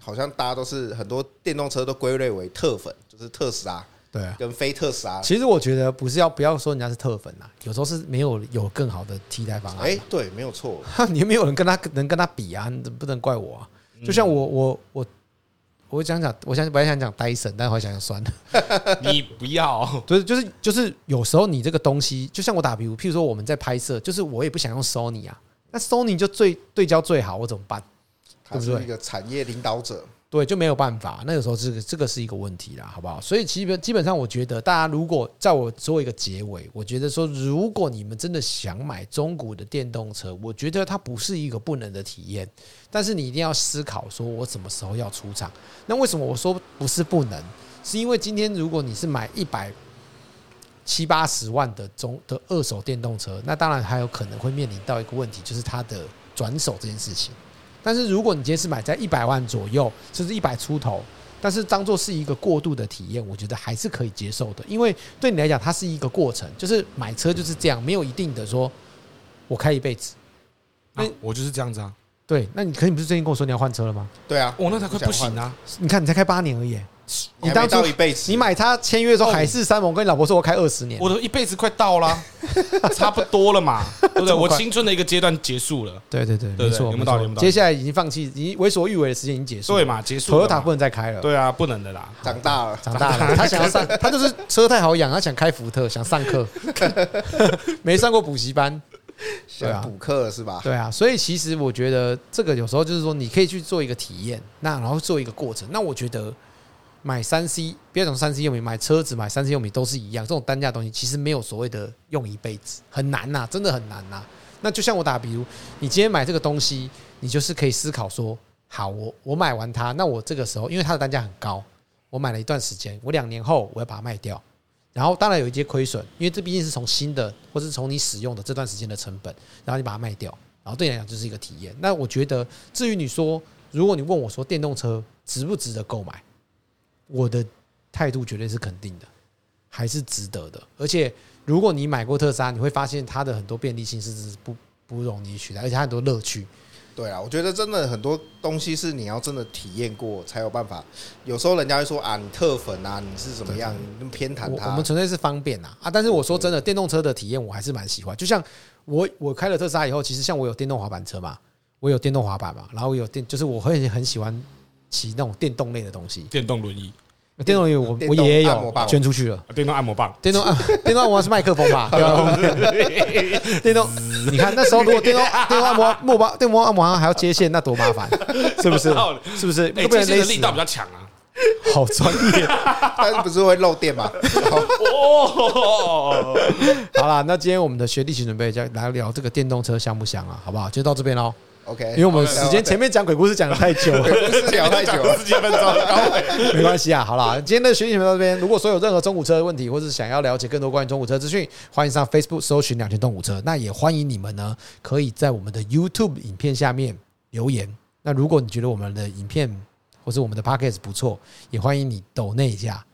S2: 好像大家都是很多电动车都归类为特粉，就是特斯拉
S1: 对啊。
S2: 跟非特斯拉。
S1: 其实我觉得不是要不要说人家是特粉啦，有时候是没有有更好的替代方案。
S2: 哎、对，没有错，
S1: 哈， 你没有人跟他能跟他比啊，你不能怪我啊。就像我我我我想讲，我想本来想讲 Dyson，但后来想想算了。
S3: 你不要，
S1: 就是就是就是有时候你这个东西，就像我打比如，譬如说我们在拍摄，就是我也不想用 Sony 啊，那 Sony 就最对焦最好，我怎么办？
S2: 他是
S1: 对不对
S2: 一个产业领导者。
S1: 对，就没有办法。那有时候这个这个是一个问题啦，好不好？所以基本基本上，我觉得大家如果在我做一个结尾，我觉得说，如果你们真的想买中古的电动车，我觉得它不是一个不能的体验，但是你一定要思考，说我什么时候要出场。那为什么我说不是不能？是因为今天如果你是买一百七八十万的中的二手电动车，那当然还有可能会面临到一个问题，就是它的转手这件事情。但是如果你今天是买在一百万左右，甚至一百出头，但是当做是一个过渡的体验，我觉得还是可以接受的，因为对你来讲，它是一个过程，就是买车就是这样，没有一定的说我开一辈子。
S3: 啊我就是这样子啊。哦
S1: 对，那你可你不是最近跟我说你要换车了吗？
S2: 对啊，
S3: 我那台快不行
S2: 想换
S3: 啊，
S1: 你看你才开八年而已，你
S2: 还没
S1: 当初
S2: 到一辈子，
S1: 你买它签约的时候，海誓山盟跟你老婆说，我开二十年。
S3: 我的一辈子快到 啦，差不多了嘛，对不对？
S1: 这么
S3: 我
S1: 快
S3: 青春的一个阶段结束了，
S1: 对对对，
S3: 对
S1: 没错，
S3: 有没有
S1: 没
S3: 道理
S1: 错
S3: 有没有道理
S1: 接下来已经放弃，已经为所欲为的时间已经结束
S3: 对
S1: 了。
S3: 嘛，结束了
S1: ，Toyota 不
S3: 嘛。
S1: 能再开了。
S3: 对啊，不能的啦。
S2: 长大了，
S1: 长大 了，他想要上，他就是车太好养，他想开福特，想上课， 没上过补习班。对
S2: 想
S1: 啊
S2: 补课了是吧？
S1: 对啊，所以其实我觉得这个有时候就是说，你可以去做一个体验，那然后做一个过程。那我觉得买三 C，不要讲三 C 用品，买车子、买三 C 用品都是一样，这种单价的东西其实没有所谓的用一辈子，很难呐、真的很难呐、那就像我打比如，你今天买这个东西，你就是可以思考说，好，我我买完它，那我这个时候因为它的单价很高，我买了一段时间，我两年后我要把它卖掉。然后当然有一些亏损，因为这毕竟是从新的或是从你使用的这段时间的成本，然后你把它卖掉，然后对你来讲就是一个体验。那我觉得，至于你说，如果你问我说电动车值不值得购买，我的态度绝对是肯定的，还是值得的。而且如果你买过特斯拉，你会发现它的很多便利性是是不不容易取代，而且它很多乐趣。
S2: 对啊，我觉得真的很多东西是你要真的体验过才有办法。有时候人家会说啊，你特粉啊，你是怎么样，你偏袒
S1: 我我
S2: 他
S1: 们。纯粹是方便呐啊！但是我说真的，电动车的体验我还是蛮喜欢。就像我我开了特斯拉以后，其实像我有电动滑板车嘛，我有电动滑板嘛，然后我有电，就是我会很喜欢骑那种电动类的东西。
S3: 电动轮椅、
S1: 电动椅我
S2: 电
S1: 我
S2: 动
S1: 爷爷
S2: 按摩
S1: 有
S2: 棒
S1: 捐出去了。
S3: 啊电动按摩 棒，哎
S1: 电动按电动按摩是麦克风吧？对吧？电动，你看那时候如果电动电动按摩摩棒电动按摩还要接线，那多麻烦，是不是
S3: 有道理？
S1: 是不是？
S3: 哎，
S1: 会被
S3: 这
S1: 人
S3: 些
S1: 勒
S3: 的力
S1: 死
S3: 道比
S1: 啊，
S3: 较强 啊。
S1: 好专业。
S2: 但是不是会漏电嘛？然后
S3: 哦，
S1: 好啦，那今天我们的学弟请准备就来聊这个电动车香不香啊，好不好？就到这边喽，
S2: OK，
S1: 因为我们时间前面讲鬼故事讲的太久 了，
S2: 不是聊太久了，
S3: 十几分钟，高 伟
S1: 没关系啊。好啦，今天的学弟请到这边，如果说有任何中古车的问题，或是想要了解更多关于中古车资讯，欢迎上 Facebook 搜寻两千动古车。那也欢迎你们呢，可以在我们的 YouTube 影片下面留言。那如果你觉得我们的影片或是我们的 Podcast 不错，也欢迎你抖那一下，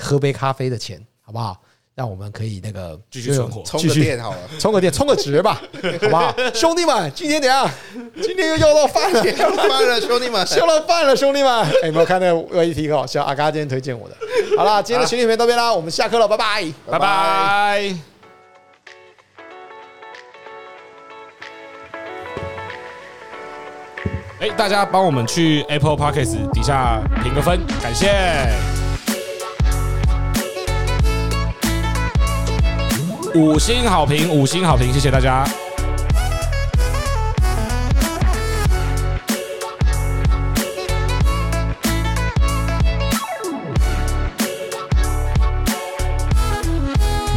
S1: 喝杯咖啡的钱，好不好？让我们可以那个
S3: 继续存活
S2: 充个电好了。
S1: 充个电，充个值吧，好不好？兄弟们，今天怎样？啊今天又要到饭了，
S2: 要翻了，兄 弟们，
S1: 要到饭了，兄弟们！哎、有没有看那个 VT 很好笑？阿嘎今天推荐我的。好啦，今天的群里面到这边啦，我们下课了，拜拜。
S3: 啊拜拜。哎，大家帮我们去 Apple Podcast 底下评个分，感谢。五星好评，五星好评，谢谢大家。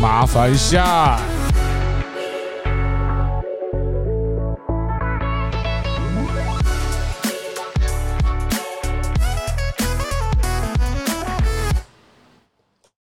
S3: 麻烦下。